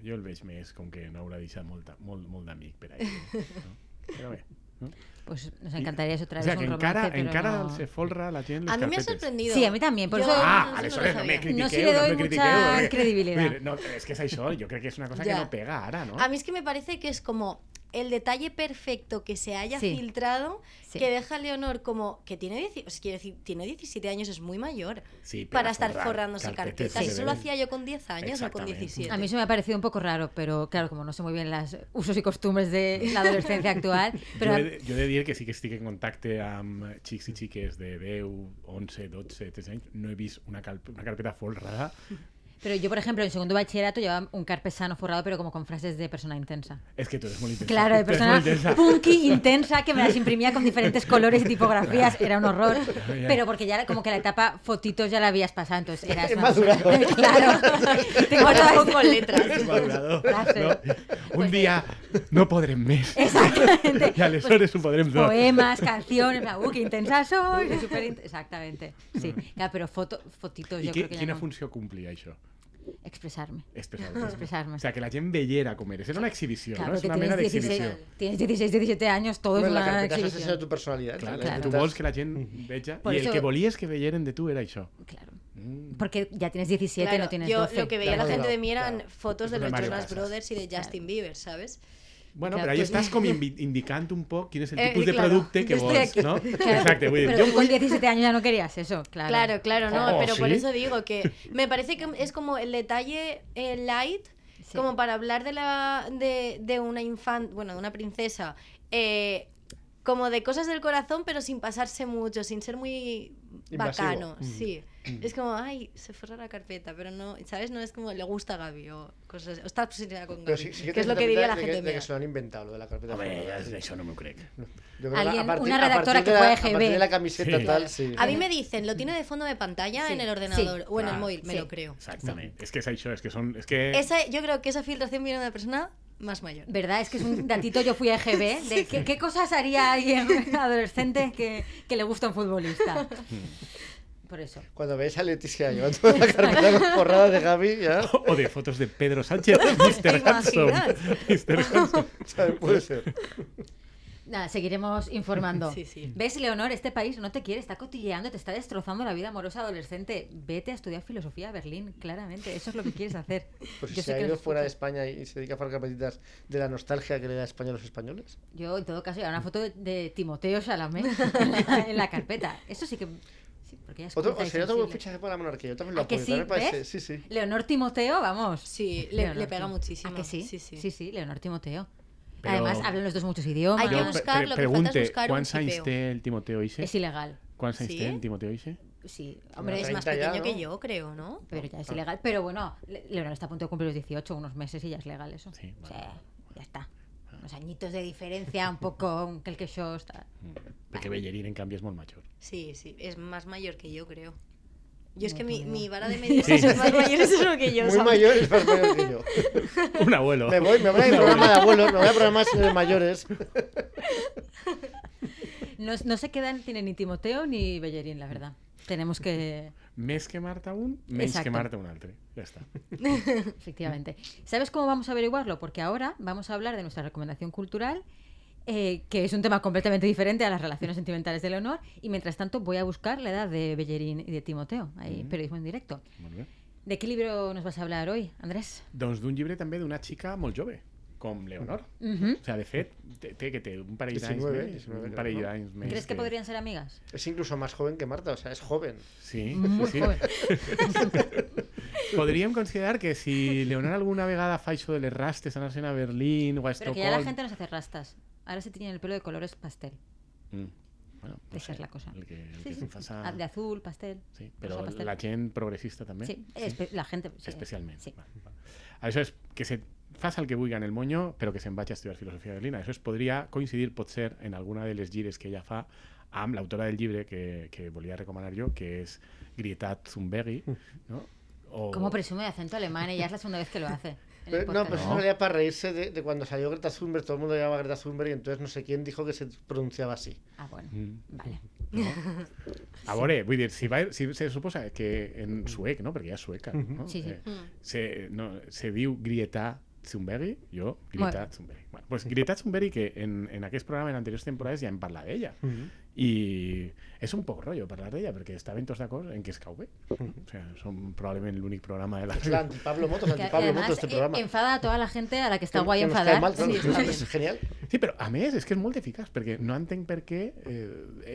E: Jo el veig més com que no haurà deixat molt, molt, molt d'amic per ahí. No? Però bé. No?
B: Pues nos encantaría eso otra
E: O
B: vez
E: sea, que
B: un
E: encara,
B: romance, pero
E: encara
B: no-
E: se folra la gent les
D: A mí me ha
E: carpetes.
D: sorprendido.
B: Sí, a mí también, por
D: Yo
B: eso-
D: no sé, no
E: Ah,
D: lo
E: aleshores no me
D: sabía.
E: critiqueu,
B: No se le doy
E: me
B: mucha
E: critiqueu, perquè-
B: credibilidad.
E: Mira, No, és que és això, jo crec que és una cosa
D: Ja.
E: que no pega ara, no?
D: A mí es que me parece que es como el detalle perfecto que se haya
B: Sí.
D: filtrado
B: Sí.
D: que deja a Leonor como que tiene, dieci- o sea, quiero decir, tiene 17 años, es muy mayor
E: Sí, pero
D: para estar
E: forrar
D: forrándose
E: carpetas
D: carpetas.
E: se
D: Eso
E: deben.
D: lo hacía yo con 10 años, no con
E: Exactamente.
D: 17.
B: A mí eso me ha parecido un poco raro, pero claro, como no sé muy bien los usos y costumbres de la adolescencia actual, pero
E: jo, he, de- jo he de dir que sí que estic en contacte amb xics i xiques de 10, 11, 12, 13 anys. No he vist una, calp- una carpeta folrada.
B: Pero yo, por ejemplo, en segundo bachillerato llevaba un carpesano forrado, pero como con frases de persona intensa.
E: És que tu eres molt intensa.
B: Claro, de
E: Tu eres
B: persona
E: molt intensa.
B: punky intensa que me las imprimía con diferentes colores y tipografías. Era un horror.
E: ya.
B: Pero porque ya como que la etapa fotitos ya la habías pasado, entonces eras
C: He
B: una-
C: madurado.
B: Claro. Tengo
D: Ahora
B: otra vez-
D: pongo letras.
E: És valorador,
B: Frases.
E: no? Un dia no podrem més.
B: Exactamente.
E: I aleshores ho podrem tot.
B: Poemas, canciones, en plan, "Uh, qué intensa soy, qué superint- Exactamente. Sí. Claro, pero foto, fotitos
E: I
B: yo
E: qui,
B: creo que ya
E: quina
B: no.
E: funció complia això?
B: expresarme.
E: Expressar-te.
B: Expressar-me.
E: O sea, que la gent veiera com eres. Era una exhibició,
B: Claro,
E: no? És
B: que
E: una
B: tienes
E: mena
B: 16,
E: d'exhibició.
B: tienes 16, 17 años, todo
C: Bueno,
B: es
C: la
B: una
C: carpeta assassina
B: exhibició.
C: de tu personalitat.
E: Clar,
C: la
E: clar, tu
C: intentas-
E: vols que la gent veja
B: Per
E: i el
B: això-
E: que volies que veieren de tu era això.
B: Claro.
E: Mm.
B: Porque ya tienes 17,
D: Claro,
B: no tienes
D: yo
B: 12.
D: lo que veía
C: Claro,
D: la gente
C: claro,
D: de mí eran
C: claro.
D: fotos de
E: Es
D: los
E: una
D: Jonas
E: mariposa.
D: Brothers y de Justin Bieber, ¿sabes?
E: Bueno,
B: Clar,
E: però ahí
B: tu-
E: estàs com invi- indicant un poc quin és el
D: Eh,
E: tipus de
D: claro,
E: producte que
D: jo estic
E: vols,
D: aquí.
E: no?
B: Claro,
E: Exacte, vull dir,
B: Pero
E: jo
B: tú con
E: vull...
B: 17 años ya no querías eso, claro.
D: Claro, claro, no,
E: Oh,
D: pero por
E: ¿sí?
D: eso digo que me parece que es como el detalle eh, light,
B: Sí.
D: como para hablar de la de, de una infanta, bueno, de una princesa, eh, como de cosas del corazón, pero sin pasarse mucho, sin ser muy
C: Invasivo. Mm.
D: bacano, sí. Es como, ay, se forra la carpeta, pero no, ¿sabes? No es como le gusta a Gaby o cosas, o está obsesionada con
C: Pero
D: Gaby,
C: sí, sí
D: que es
C: te
D: lo que
C: pinta
D: diría la
C: de
D: gente
C: de que
D: mía.
C: se lo han inventado, lo de la carpeta.
E: Home,
C: forrada, sí.
E: això no m'ho crec.
C: Yo creo que a
B: Alguien-
C: partir-
B: una
C: a
B: redactora
C: partir
B: que
C: de la-
B: fue
C: A partir de
B: GB.
C: la camiseta
E: Sí.
C: tal, sí.
D: A mí me dicen, lo tiene de fondo de pantalla
B: Sí,
D: en el
B: sí.
D: ordenador o en el
E: Ah,
D: móvil, me
B: sí.
D: lo creo.
E: Exactament. És que és això, és que són... És que...
D: Esa,
C: eh.
D: yo creo que esa filtración viene de una persona más mayor.
B: ¿Verdad? Es que es un datito, yo fui a EGB. De, ¿qué, qué cosas haría alguien adolescente que, que le gusta un futbolista? Por eso.
C: Cuando veis a Leticia llevando la carpeta con forrada de Gaby, ya.
E: O de fotos de Pedro Sánchez, Mr. Hanson. Mr. Hanson.
C: ¿sabes? Puede ser.
B: Nada, seguiremos informando.
D: Sí, sí.
B: ¿Ves, Leonor? Este país no te quiere, está cotilleando, te está destrozando la vida amorosa adolescente. Vete a estudiar filosofía a Berlín, claramente. Eso es lo que quieres hacer.
C: Pues si
B: Yo
C: se
B: sé
C: ha
B: que
C: ido
B: nos
C: fuera de
B: escuchas.
C: España y se dedica a hacer carpetitas de la nostalgia que le da España a los españoles.
B: Yo, en todo caso, ya una foto de, de Timoteo Chalamet en la, en la carpeta. Eso sí que... Sí, porque ella es
C: Otro,
B: culta
C: o
B: y
C: sea, otro buen
B: sensible.
C: fichaje para la monarquía. Yo también lo
B: ¿A que
C: apoyo.
B: sí?
C: también me parece-
B: ¿Ves?
C: Sí, sí.
B: Leonor Timoteo, vamos.
D: Sí, le,
B: Leonor
D: le pega
B: Tim-
D: muchísimo.
B: ¿A que sí?
D: Sí, sí.
B: Leonor Timoteo.
E: Pero-
B: Además, hablan los dos muchos idiomas.
D: Hay que
E: Jo
D: buscar,
E: pre-
D: lo que
E: pregunte,
D: falta es buscar un
E: quants anys
D: pipeo.
E: té el Timoteo Ixe?
B: Es Mm. ilegal.
E: Quants anys
D: Sí?
E: té el Timoteo Ixe?
B: Sí,
D: Pero
B: hombre,
D: es más
C: 30 ya,
D: pequeño que
C: ¿no?
D: yo, creo, ¿no?
B: pero
E: Ah.
B: ya es ilegal. Pero bueno, Le- Leonor está a punto de cumplir los 18, unos meses y ya es legal eso.
E: Sí,
B: O
E: vale,
B: sea, ya está. Unos añitos de diferencia, un poco un que el que yo está.
E: Perquè Bellerín, en canvi, és molt major.
D: Sí, sí, es más mayor que yo, creo. Yo es
B: No
D: que mi,
B: tengo-
D: mi vara de medir
E: Sí.
D: si es más mayor es lo que yo.
C: Muy
D: ¿sabes?
C: mayor es más mayor que yo.
E: Un abuelo.
C: Me voy, me voy a mi programa de abuelos, me voy a programar de señores mayores.
B: No, no se quedan, tiene ni Timoteo ni Bellerín, la verdad. Tenemos que,
E: Més que Marta un, menys
B: Exacto.
E: que Marta un altre. Ja està.
B: Efectivamente. ¿Sabes cómo vamos a averiguarlo? Porque ahora vamos a hablar de nuestra recomendación cultural, eh, que es un tema completamente diferente a las relaciones sentimentales de Leonor, y mientras tanto voy a buscar la edad de Bellerín y de Timoteo, ahí,
E: Mm.
B: periodismo en directo.
E: Molt bé.
B: ¿De qué libro nos vas a hablar hoy, Andrés?
E: Doncs d'un llibre també d'una xica molt jove, com Leonor.
B: Ujú.
E: O sea, de fet, té, té que té un parell d'anys
C: 19,
E: més.
C: 19,
E: Un parell
C: creo, ¿no?
E: d'anys més.
B: ¿Crees que podrían ser amigas?
C: Es incluso más joven que Marta, o sea, es joven.
E: Sí,
B: Muy
E: sí,
B: joven.
E: sí. Podríem considerar que si Leonor alguna vegada fa això de les rastes anar-se'n a Berlín o a
B: Pero
E: Estocolm...
B: que ya la gente no se hace rastas. Ahora se tiñen el pelo de colores pastel.
E: Mm. Bueno, no
B: Esa
E: sé,
B: es la cosa.
E: El que, el
B: Sí,
E: que
B: sí.
E: se'n faça-
B: Ah, De azul, pastel.
E: Sí,
B: rosa
E: però
B: pastel.
E: la gent progressista també.
B: Sí, espe- la gente. sí.
E: Especialment.
B: Sí.
E: Va, va. Això és que se faça el que vulgui en el moño, però que se'n vagi a estudiar filosofia a Berlín. Això es podria coincidir, potser, en alguna de les gires que ella fa amb l'autora del llibre que, que volia recomanar jo, que és Grieta Zumbergi.
B: Mm.
E: No? O...
B: ¿Cómo presume de acento alemán? Ella es la segunda vez que lo hace. en el
C: Pero- Eh, no,
B: podcast.
C: pero eso
E: No.
C: en realidad para reírse de, de cuando salió Greta Thunberg, todo el mundo llamaba Greta Thunberg y entonces no sé quién dijo que se pronunciaba así.
B: Ah, bueno.
E: Mm.
B: Vale.
E: A veure, vull dir, si, va, si se suposa que en suec, no? perquè ja és sueca, no?
B: Sí, sí.
E: Eh, se, no, se diu Grieta Zumbergi, jo, Grieta
B: Molt
E: Zumbergi. Bueno, pues Grieta Zumbergi, que en, en aquest programa, en anteriors temporades, ja hem parlat d'ella. I és un poc rotllo parlar d'ella, perquè estaven tots d'acord en que es cau bé. O sea, som probablement l'únic programa de la...
C: Es Pues la antipablo Motos,
B: Que
C: antipablo Motos este
B: eh,
C: programa.
B: enfada a toda la gente a la que está
C: Que-
B: guay
C: que nos cae
B: enfadar.
C: mal, claro,
B: Sí, está bien.
C: es genial.
E: Sí, però a més, és que és molt eficaç, perquè no entenc per què... Eh,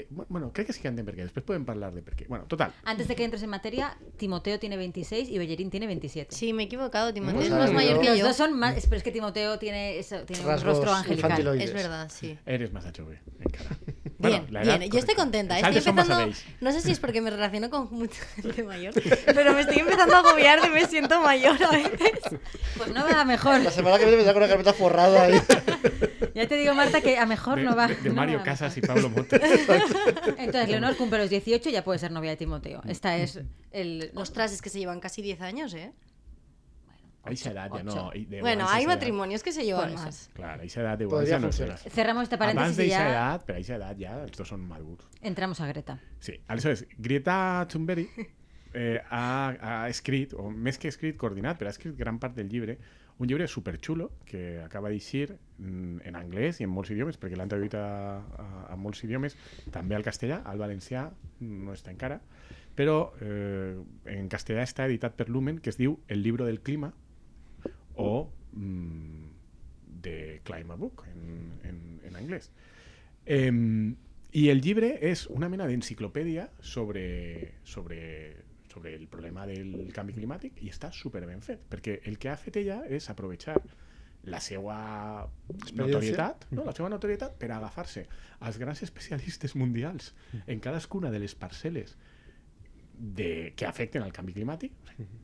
E: eh, bueno, crec que sí que entenc per què, després podem parlar de per què. Bueno, total,
B: Antes de que entres en materia, Timoteo tiene 26 y Bellerín tiene 27.
D: Sí, me he equivocado, Timoteo
C: Pues
D: es
C: ahí
D: más
C: lo-
D: mayor que
B: Los
D: yo.
B: dos son más. Pero es que Timoteo tiene, eso, tiene un
C: Rasgos
B: rostro angelical.
C: infantiloides.
D: Es verdad, sí.
E: eres massa jove, encara.
D: Bien,
E: la edad
D: bien, yo estoy
E: correcta.
D: contenta.
E: Els
D: Estoy
E: altres són massa
D: empezando,
E: vells.
D: no sé si es porque me relaciono con mucha gente mayor, pero me estoy empezando a agobiar de me siento mayor a veces.
B: Pues no va a mejor.
C: La semana que viene me da con la carpeta forrada ahí.
B: Ya te digo, Marta, que a mejor
E: de,
B: no va.
E: de- de
B: no
E: Mario
B: va a
E: Casas y
B: mejor.
E: Pablo Motos.
B: Entonces, Leonor cumple los 18 y ya puede ser novia de Timoteo. Esta es el.
D: Ostras, es que se llevan casi 10 años, ¿eh?
E: Ahí se edad ya no.
B: Ocho.
E: y de
D: Bueno,
E: once
D: hay
E: se edad.
D: matrimonios que se
B: Por
D: llevan
B: eso.
D: más.
E: Claro, ahí se edad de once
C: Podría
E: no es
C: funcionar.
E: edad.
B: Cerramos este
E: Abans
B: paréntesis y
E: d'eixa
B: ya
E: edad, però a esa edad ja, els dos són madurs.
B: entramos a Greta.
E: Sí, aleshores, Greta Thunberg eh, ha, ha escrit, o més que escrit, coordinat, però ha escrit gran part del llibre, un llibre superxulo que acaba d'eixir mm, en anglès i en molts idiomes, perquè l'han traduït a, a, a molts idiomes, també al castellà, al valencià no està encara, però eh, en castellà està editat per Lumen, que es diu El libro del clima o mm, The Climate Book en, en, en anglès. Em, I el llibre és una mena d'enciclopèdia sobre, sobre, sobre el problema del canvi climàtic i està super ben fet, perquè el que ha fet ella és aprovechar la seva notorietat, no? la seva notorietat per a agafar-se als grans especialistes mundials en cadascuna de les parcel·les de, que afecten al canvi climàtic,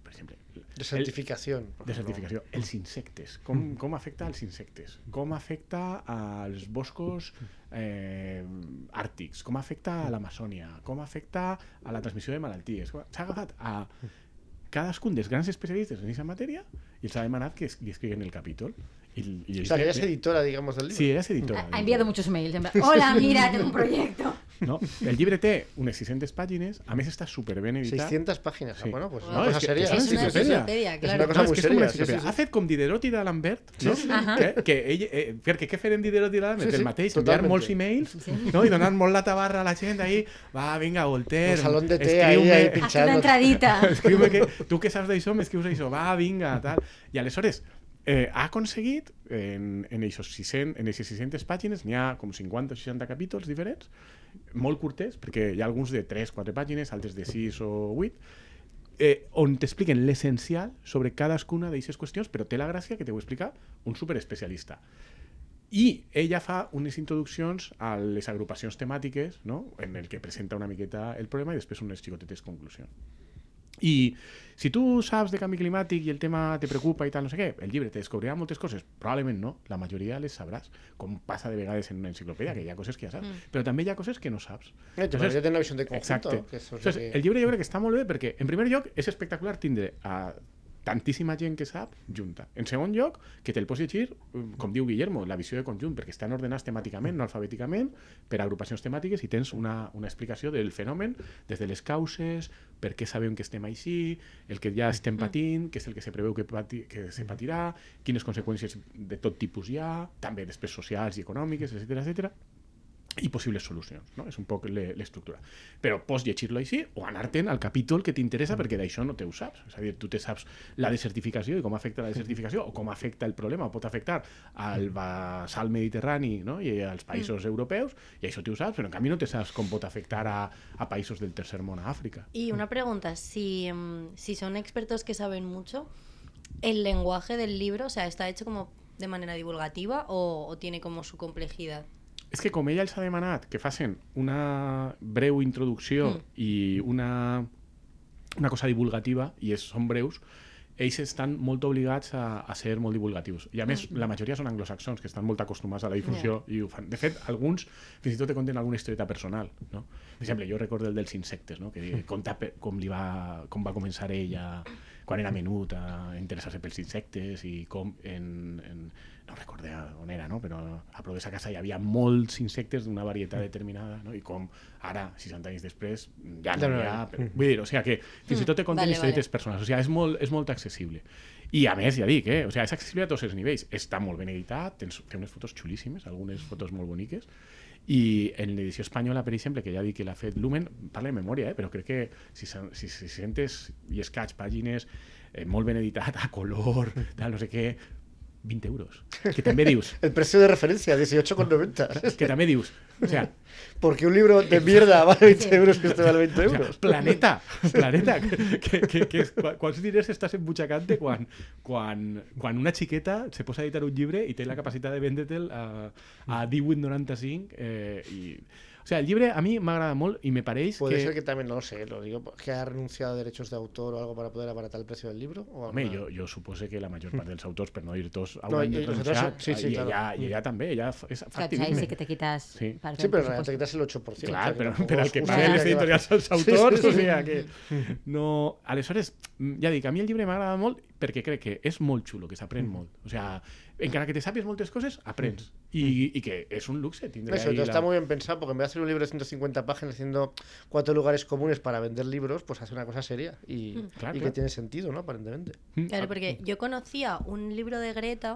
E: per exemple,
C: De
E: el-
C: certificación. por
E: de
C: ejemplo. Mm.
E: certificació. Els insectes. Com, com afecta als insectes? Com afecta als boscos eh, àrtics? Com afecta a l'Amazònia? Com afecta a la transmissió de malalties? Com- S'ha agafat a cadascun dels grans especialistes en aquesta matèria i els ha demanat que es- li escriguin el capítol. I, i
C: O sea, que ella es editora, digamos, del libro.
E: Sí, ella és editora.
B: Ha,
E: del
B: ha enviado
E: llibre.
B: muchos mails. en plan, Hola, mira, tengo un proyecto.
E: No? El llibre té unes 600 pàgines, a més està superben editat.
C: 600 páginas. Ah,
E: Sí.
C: bueno, pues
D: No,
C: una
D: es
C: cosa
E: que-
C: seria.
E: es una
D: Es una
E: enciclopedia.
D: enciclopedia,
C: Es una
D: claro.
C: cosa
E: No,
C: muy
E: és que és com una
C: seria. sí, sí,
E: enciclopèdia.
C: sí,
E: Ha fet com Diderot i d'Alembert, no? que, que ell, eh, perquè què feren Diderot i d'Alembert?
C: Sí, sí,
E: el mateix, enviar
C: totalment.
E: molts emails no? i donar molt la tabarra a la gent ahí, va, vinga, Voltaire,
C: Un salón de té ahí,
B: Haz
C: ahí,
E: escriu-me-
B: una
C: Pinchado.
B: entradita.
E: escriu-me que tu que saps d'això, m'escrius això, va, vinga, tal. I aleshores, eh, ha aconseguit, en, en, eixos 600, en eixes 600 pàgines, n'hi ha com 50 o 60 capítols diferents, molt curtets, perquè hi ha alguns de 3-4 pàgines, altres de 6 o 8, eh, on t'expliquen l'essencial sobre cadascuna d'aquestes qüestions, però té la gràcia que te ho explica un superespecialista. I ella fa unes introduccions a les agrupacions temàtiques, no? en el que presenta una miqueta el problema i després unes xicotetes conclusions. I si tu saps de canvi climàtic i el tema te preocupa i tal, no sé què, el llibre te descobrirà moltes coses. Probablement no, la majoria les sabràs, com passa de vegades en una enciclopèdia, que hi ha coses que ja saps, mm. però també hi ha coses que no saps.
C: Eh, te permite tener una visión de conjunto,
E: Exacte.
C: ¿no? Que eso es lo
E: Entonces,
C: que-
E: el llibre jo crec que està molt bé perquè, en primer lloc, és espectacular tindre a tantíssima gent que sap junta. En segon lloc, que te'l pots llegir, mm, com diu Guillermo, la visió de conjunt, perquè estan ordenats temàticament, no alfabèticament, per agrupacions temàtiques i tens una, una explicació del fenomen des de les causes, per què sabem que estem així, el que ja estem patint, què és el que se preveu que, pati, que se patirà, quines conseqüències de tot tipus hi ha, també després socials i econòmiques, etc etc i possibles solucions, no? És un poc le- l'estructura. Però pots llegir-lo així o anar-te'n al capítol que t'interessa perquè d'això no te ho saps. És a dir, tu te saps la desertificació i com afecta la desertificació o com afecta el problema o pot afectar al basal mediterrani no? i als països europeus i això te ho saps, però en canvi no te saps com pot afectar a, a països del tercer món a Àfrica.
D: Y una pregunta, si, mm, si son expertos que saben mucho, ¿el lenguaje del libro, o sea, está hecho como de manera divulgativa o, o tiene como su complejidad?
E: És que com ella els ha demanat que facin una breu introducció
D: Mm.
E: i una, una cosa divulgativa, i és, són breus, ells estan molt obligats a, a ser molt divulgatius. I a més, la majoria són anglosaxons, que estan molt acostumats a la difusió i ho fan. De fet, alguns fins i tot te conten alguna historieta personal. No? Per exemple, jo recordo el dels insectes, no? que di- conta pe- com, li va, com va començar ella quan era menut a interessar-se pels insectes i com en, en no recordé on era, no? però a prop de sa casa hi havia molts insectes d'una varietat determinada no? i com ara, 60 anys després, ja no
C: no
E: hi ha... Però, vull dir, o sigui, que fins i tot te conten
D: Vale,
E: vale, historietes
D: vale.
E: persones. O sigui, és molt, és molt accessible. I a més, ja dic, eh? o sigui, és accessible a tots els nivells. Està molt ben editat, tens, té unes fotos xulíssimes, algunes fotos molt boniques. I en l'edició espanyola, per exemple, que ja dic que l'ha fet Lumen, parla de memòria, eh? però crec que si, se- si, si sentes i escaig pàgines eh, molt ben editat, a color, tal, no sé què, 20 euros. Que també dius,
C: El precio de referencia, 18,90.
E: que també dius, o sigui,
C: Porque un libro de mierda vale 20 euros que este vale 20
E: O sea,
C: euros.
E: planeta, planeta. Que, que, que és, qua- quants diners estàs embutxacant quan, quan, quan una xiqueta se posa a editar un llibre i té la capacitat de vendre-te'l a, a 18,95 eh, i... O sigui, el llibre a mi m'agrada molt i me pareix
C: Puede
E: que...
C: ser que también, no lo sé, lo digo, que ha renunciado a derechos de autor o algo para poder abaratar el precio del libro. O
E: Home,
C: alguna-
E: jo, jo supose que la major part dels autors, per no dir tots,
C: Hmm. No,
E: hauran
C: i-
E: de
C: i els
E: renunciar.
C: altres, sí, sí,
E: I
C: claro.
E: ella, i ella també, ella fa- és
B: Claro, ahí sí
E: factible.
B: que te quitas.
E: Sí.
B: para
C: Sí,
B: el
C: pero en
B: presupuesto.
C: realidad te quitas el 8%. o
E: Clar,
C: sea, que
E: però,
C: tampoco
E: però el
C: es
E: que
C: justo.
E: paguen les
C: Sí, claro.
E: editorials als
C: Sí,
E: autors,
C: sí,
E: o
C: sí.
E: sigui que... No... Aleshores, mm, ja dic, a mi el llibre m'agrada
C: Hmm.
E: molt perquè crec que és molt xulo, que s'aprèn molt. O sigui, encara que te sàpies moltes coses, aprens. Y, y que es un luxe. tendrá
C: Hmm. Eso,
E: ahí
C: entonces
E: la-
C: está muy bien pensado, porque en vez de hacer un libro de 150 páginas haciendo cuatro lugares comunes para vender libros, pues hace una cosa seria y,
D: Mm.
E: Claro,
C: y que
E: claro.
C: tiene sentido, ¿no? Aparentemente.
E: Mm,
D: Claro,
E: ah,
D: porque yo conocía un libro de Greta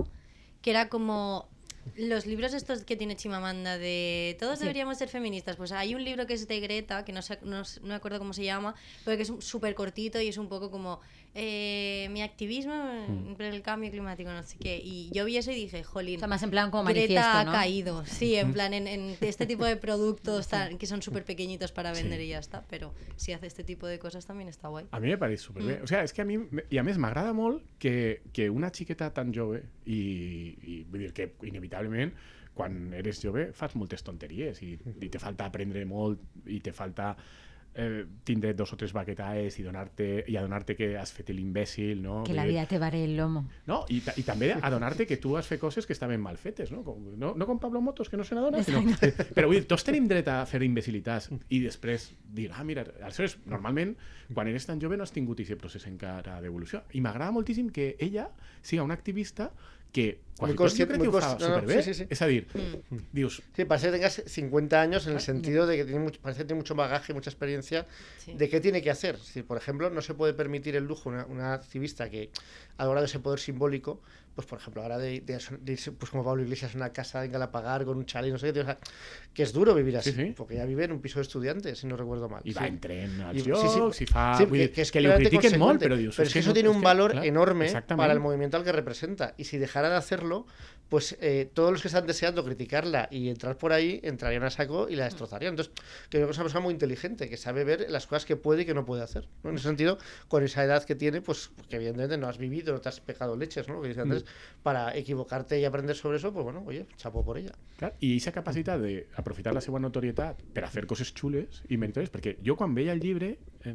D: que era como los libros estos que tiene Chimamanda de todos
B: Sí.
D: deberíamos ser feministas. Pues hay un libro que es de Greta, que no, sé, no, s- no me acuerdo cómo se llama, pero que es un- súper cortito y es un poco como eh, mi activismo
E: Mm.
D: por el cambio climático, no sé qué. Y yo vi eso y dije, jolín.
B: O sea, más en plan como
D: Greta
B: manifiesto,
D: ha
B: ¿no?
D: caído, sí, en plan en, en este tipo de productos tan- que son súper pequeñitos para
E: Sí.
D: vender y ya está, pero si hace este tipo de cosas también está guay.
E: A mi me pareix superbé.
B: Mm.
E: O sea, és que a mi... me- I a més, m'agrada molt que, que una xiqueta tan jove, i, i vull dir que inevitablement, quan eres jove, fas moltes tonteries i, i te falta aprendre molt i te falta eh, tindre dos o tres baquetaes i donar-te i adonar-te que has fet l'imbècil, no?
B: Que
E: Vull
B: la
E: dir,
B: vida te vare el lomo.
E: No, i, ta- i també adonar-te que tu has fet coses que estaven mal fetes, no? Com, no, no com Pablo Motos, que no se n'adona. Però, però vull dir, tots tenim dret a fer imbecilitats i després dir, ah, mira, aleshores, normalment, quan eres tan jove no has tingut aquest procés encara d'evolució. I m'agrada moltíssim que ella siga una activista que quasi tot jo
C: conscient,
E: crec
C: muy
E: que ho fa
C: conscient, no, no,
E: superbé.
C: sí, sí, sí.
E: És a dir, dius,
C: Sí, parece que tengas 50 años en el sentido de que tiene mucho, parece que tiene mucho bagaje, mucha experiencia
D: Sí.
C: de qué tiene que hacer. Si, por ejemplo, no se puede permitir el lujo una, una activista que ha logrado ese poder simbólico, pues por ejemplo, ahora de, de- de irse, pues como Pablo Iglesias, a una casa en Galapagar con un chalet, no sé qué, tío, o sea, que es duro vivir así,
E: sí.
C: porque ya vive en un piso de estudiantes, si no recuerdo mal.
E: i
C: Sí.
E: va en tren als
C: I- sí,
E: llocs,
C: sí.
E: i fa...
C: Sí,
E: vull dir, Ah, que, que li ho
C: claramente
E: critiquen molt,
C: consecuente.
E: però dius...
C: Pero es que eso
E: no-
C: tiene
E: és
C: un
E: que,
C: valor
E: clar,
C: enorme
E: exactament.
C: para el movimiento al que representa. Y si dejara de hacerlo, pues eh, todos los que están deseando criticarla y entrar por ahí, entrarían a saco y la destrozarían. Entonces, creo que es una persona muy inteligente, que sabe ver las cosas que puede y que no puede hacer. ¿no? En ese sentido, con esa edad que tiene, pues que evidentemente no has vivido, no te has pegado leches, ¿no? Lo que dice antes, para equivocarte y aprender sobre eso, pues bueno, oye, chapo por ella.
E: Clar, I aquesta capacitat d'aprofitar la seva notorietat per a fer coses xules i meritòries, perquè jo quan veia el llibre eh,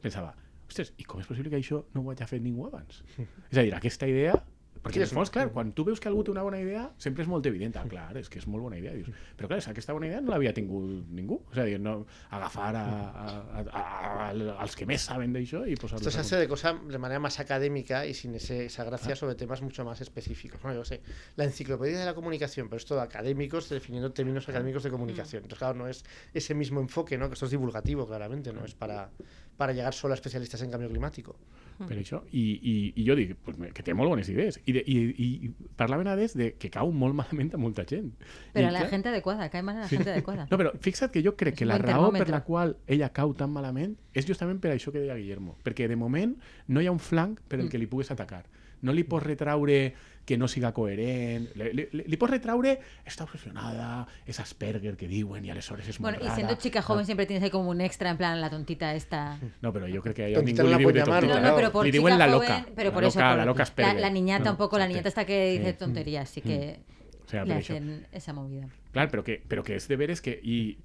E: pensava, ostres, i com és possible que això no ho hagi fet ningú abans? És a dir, aquesta idea, perquè en el fons, clar, quan tu veus que algú té una bona idea, sempre és molt evident, ah, clar, és que és molt bona idea, dius, però clar, és que aquesta bona idea no l'havia tingut ningú, és a dir, no agafar a, a, a, a, a als que més saben d'això i posar-los...
C: Esto se
E: a-
C: hace de cosa de manera más académica y sin ese- esa gracia sobre temas mucho más específicos. ¿no? Yo sé, la enciclopedia de la comunicación, pero es todo académicos definiendo términos académicos de comunicación. Entonces, claro, no es ese mismo enfoque, ¿no? Que esto es divulgativo, claramente, no es para, para llegar solo a especialistas en cambio climático.
B: Mm.
E: per això, i, i, i jo dic pues, que té molt bones idees i, de, i, i i parlaven a des de que cau molt malament a molta gent
B: Pero
E: I,
B: a la
E: clar,
B: gente adecuada, cae mal a la gente adecuada.
E: No, però fixa't que jo crec
B: És
E: que
B: un
E: la
B: bon
E: raó per
B: termòmetre.
E: la qual ella cau tan malament és justament per això que deia Guillermo, perquè de moment no hi ha un flanc per
B: Mm.
E: el que li puguis atacar. No li pots retraure que no siga coherent, li, li, li pots retraure està obsessionada, és Asperger que diuen i aleshores és molt
B: Bueno, y
E: pues rara. Ah.
B: siendo chica joven siempre tienes ahí como un extra, en plan la tontita esta.
E: No, però jo crec que allò
C: Tontita
E: ningú
C: no la
E: li diu
C: pot
E: de
C: llamar,
E: tontita.
B: No,
C: Claro.
B: no, pero por
E: li
B: chica
E: diuen la
B: joven,
E: loca,
B: pero por
E: la
B: eso
E: loca,
B: por-
E: la loca Asperger.
B: la niñata
E: No,
B: un poco, la niñata
E: exacte.
B: está que dice
E: Sí. Mm.
B: tonterías, así que
E: O sea,
B: le
E: per això.
B: hacen esa movida.
E: Clar, però que, però que és deber és que... I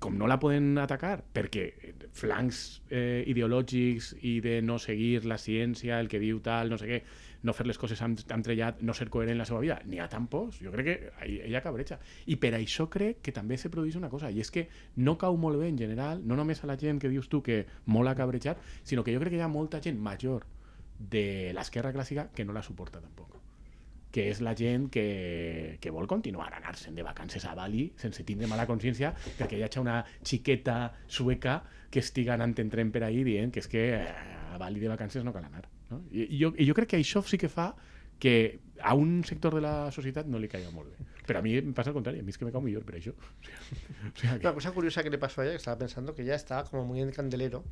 E: com no la poden atacar perquè flancs eh, ideològics i de no seguir la ciència, el que diu tal, no sé què, no fer les coses amb, amb trellat, no ser coherent en la seva vida, n'hi ha tan pocs. Jo crec que ahí- ella cabreja. I per això crec que també se produeix una cosa, i és que no cau molt bé en general, no només a la gent que dius tu que molt ha cabrejat, sinó que jo crec que hi ha molta gent major de l'esquerra clàssica que no la suporta tampoc que és la gent que, que vol continuar anar-se'n de vacances a Bali sense tindre mala consciència perquè hi ha una xiqueta sueca que estiga anant en tren per ahí dient que és que eh, a Bali de vacances no cal anar. No? I, i, jo, I jo crec que això sí que fa que a un sector de la societat no li caiga molt bé. Però a mi em passa el contrari, a mi és que me cau millor per això. O sigui, o sigui
C: Una
E: que...
C: cosa curiosa que le pasó a ella, que estaba pensando que ya estaba como muy en candelero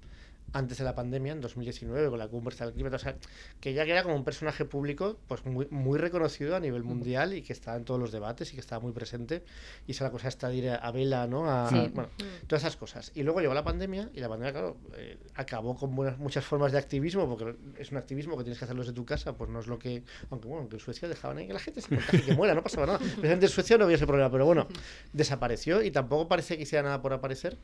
C: antes de la pandemia, en 2019, con la cumbre del clima, o sea, que ya que era como un personaje público pues muy, muy reconocido a nivel mundial y que estaba en todos los debates y que estaba muy presente. Y esa la cosa está de ir a vela, ¿no? A,
B: Sí.
C: bueno, todas esas cosas. Y luego llegó la pandemia y la pandemia, claro, eh, acabó con buenas, muchas formas de activismo, porque es un activismo que tienes que hacerlo desde tu casa, pues no es lo que. Aunque bueno, aunque en Suecia dejaban ahí que la gente se contagie, que muera, no pasaba nada. Precisamente en Suecia no había ese problema, pero bueno, desapareció y tampoco parece que hiciera nada por aparecer.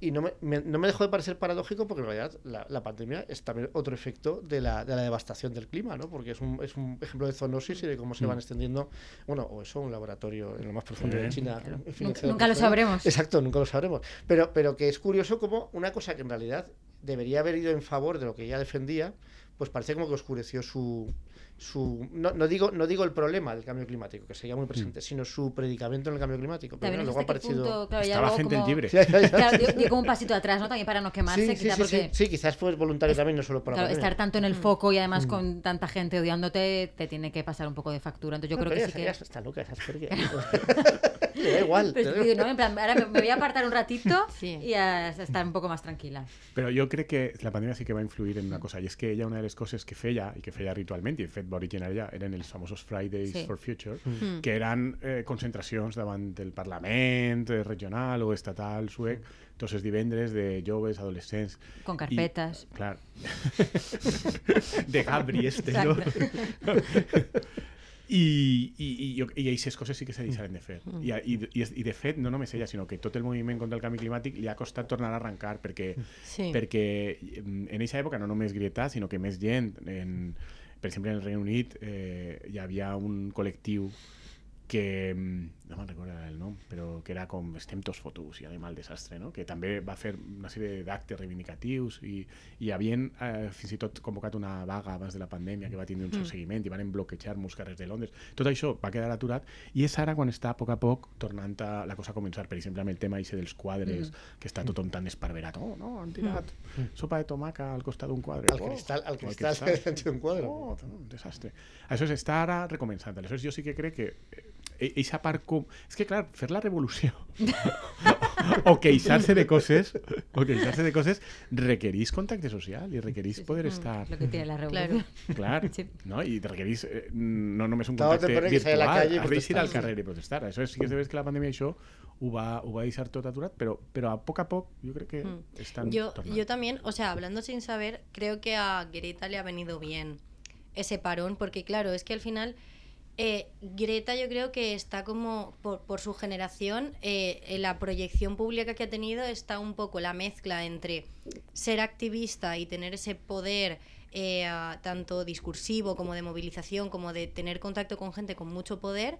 C: Y no me, me- no me dejó de parecer paradójico porque en realidad la, la pandemia es también otro efecto de la, de la devastación del clima, ¿no? Porque es un, es un ejemplo de zoonosis y de cómo se van extendiendo, bueno, o eso, un laboratorio en lo más profundo de
E: Sí.
C: China.
B: Nunca,
C: financiado
E: ¿eh?
B: nunca lo
C: por China.
B: sabremos.
C: Exacto, nunca lo sabremos. Pero, pero que es curioso como una cosa que en realidad debería haber ido en favor de lo que ella defendía, pues parece como que oscureció su... su no, no digo, no digo el problema del cambio climático, que sería muy presente, sino su predicamento en el cambio climático. Pero
B: También
C: bueno,
B: es
C: luego ha
B: hasta qué
C: aparecido...
B: punto, claro, ya
E: Estaba
B: luego
E: gente
B: como-
E: libre.
C: Sí, ya, ya.
B: Claro, dio, dio como un pasito atrás, ¿no? También para no quemarse,
C: Sí, sí,
B: quizá
C: sí, sí,
B: porque...
C: sí, quizás fue voluntario también, no solo por la
B: Claro,
C: pandemia. Mm.
B: estar tanto en el foco y además con tanta gente odiándote, te tiene que pasar un poco de factura. Entonces yo
C: No,
B: creo
C: pero
B: que
C: ella-
B: sí que...
C: ella está loca, esa Asperger. Le da igual.
B: Pero
C: te da
B: Pues sí,
C: igual.
B: ¿no? En plan, ahora me, me voy a apartar un ratito
D: Sí.
B: y a estar un poco más tranquila.
E: Però jo crec que la pandèmia sí que va influir en una cosa, i és que ella una de les coses que feia, i que feia ritualment, i de fet va originar ella, eren els famosos Fridays
B: Sí.
E: sí. for Future, mm. que eren eh, concentracions davant del Parlament eh, regional o estatal suec, tots els divendres de joves, adolescents...
B: Con
E: I-
B: carpetes.
E: Clar. de Gabri, este, no? I, i, i, jo- i aquestes coses sí que se deixaran de fer. I, a- i, i, i de fet, no només ella, sinó que tot el moviment contra el canvi climàtic li ha costat tornar a arrencar, perquè,
D: Sí.
E: perquè mm, en aquesta època no només Grieta, sinó que més gent, en, per exemple, en el Regne Unit eh, hi havia un col·lectiu que mm, no me'n recordo ara el nom, però que era com estem tots fotuts i anem al desastre, no? que també va fer una sèrie d'actes reivindicatius i, i havien eh, fins i tot convocat una vaga abans de la pandèmia que va tindre un seu seguiment i van bloquejar molts carrers de Londres. Tot això va quedar aturat i és ara quan està a poc a poc tornant a la cosa a començar, per exemple, amb el tema ixe dels quadres, que està tothom tan esparverat. Oh, no, han tirat sopa de tomaca al costat d'un quadre.
C: Al
E: Oh,
C: cristal, al
E: o
C: cristal, dentro de un quadre.
E: Oh, tot un desastre. Això s'està ara recomençant. Aleshores, jo sí que crec que eh, eixa part com... És que, clar, fer la revolució o queixar-se de coses o queixar-se de coses requereix contacte social i requereix poder estar...
B: Mm, Lo que tiene la revolución.
E: Clar,
B: Sí.
E: no? I requereix eh, no només un
C: Clar, te
E: contacte
C: pone que salir a
E: virtual,
C: la calle i
E: has d'eixir al
C: protestar.
E: carrer i protestar. Això sí que és que la pandèmia això ho va, ho va deixar tot aturat, però, però a poc a poc jo crec que
B: Mm.
E: estan
D: Yo,
E: tornant.
D: yo también, o sea, hablando sin saber, creo que a Greta le ha venido bien ese parón, porque claro, es que al final eh, Greta yo creo que está como, por, por su generación, eh, en la proyección pública que ha tenido está un poco la mezcla entre ser activista y tener ese poder eh, a- tanto discursivo como de movilización, como de tener contacto con gente con mucho poder,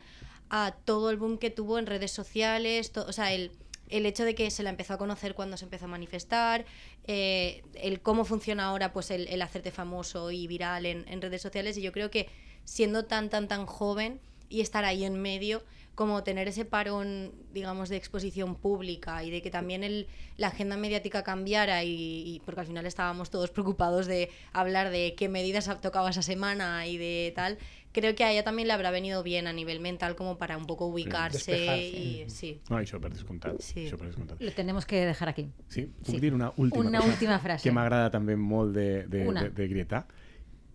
D: a todo el boom que tuvo en redes sociales, to- o sea, el, el hecho de que se la empezó a conocer cuando se empezó a manifestar, eh, el cómo funciona ahora pues el, el hacerte famoso y viral en, en redes sociales, y yo creo que siendo tan, tan, tan joven y estar ahí en medio, como tener ese parón, digamos, de exposición pública y de que también el, la agenda mediática cambiara y, y- porque al final estábamos todos preocupados de hablar de qué medidas ha- tocaba esa semana y de tal, creo que a ella también le habrá venido bien a nivel mental como para un poco ubicarse
C: Despejarse.
D: y sí.
E: No, això per descomptat.
D: Sí.
E: Això per descomptat.
B: Lo tenemos que dejar aquí.
E: Sí, puc
B: Sí.
E: dir una última
B: Una
E: cosa
B: última frase.
E: que m'agrada també molt de, de,
B: Una.
E: de, de Grieta,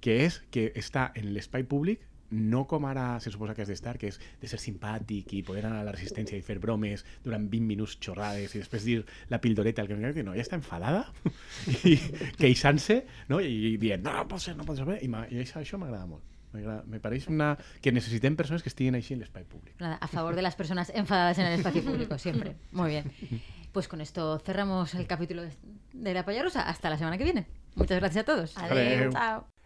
E: que és que està en l'espai públic no com ara se suposa que has d'estar, que és de ser simpàtic i poder anar a la resistència i fer bromes durant 20 minuts xorrades i després dir la pildoreta, el que no, no, ja està enfadada i queixant-se no? i dient, no, no pot ser, no pot ser bé", i, m'ha- i això, això m'agrada molt M'agrada- me pareix una... que necessitem persones que estiguin així en l'espai públic
B: Nada, a favor de las personas enfadadas en el espacio público, siempre. Muy bien. Pues con esto cerramos el capítulo de La Payarosa. Hasta la semana que viene. Muchas gracias a todos.
E: Adeu.
B: Chao.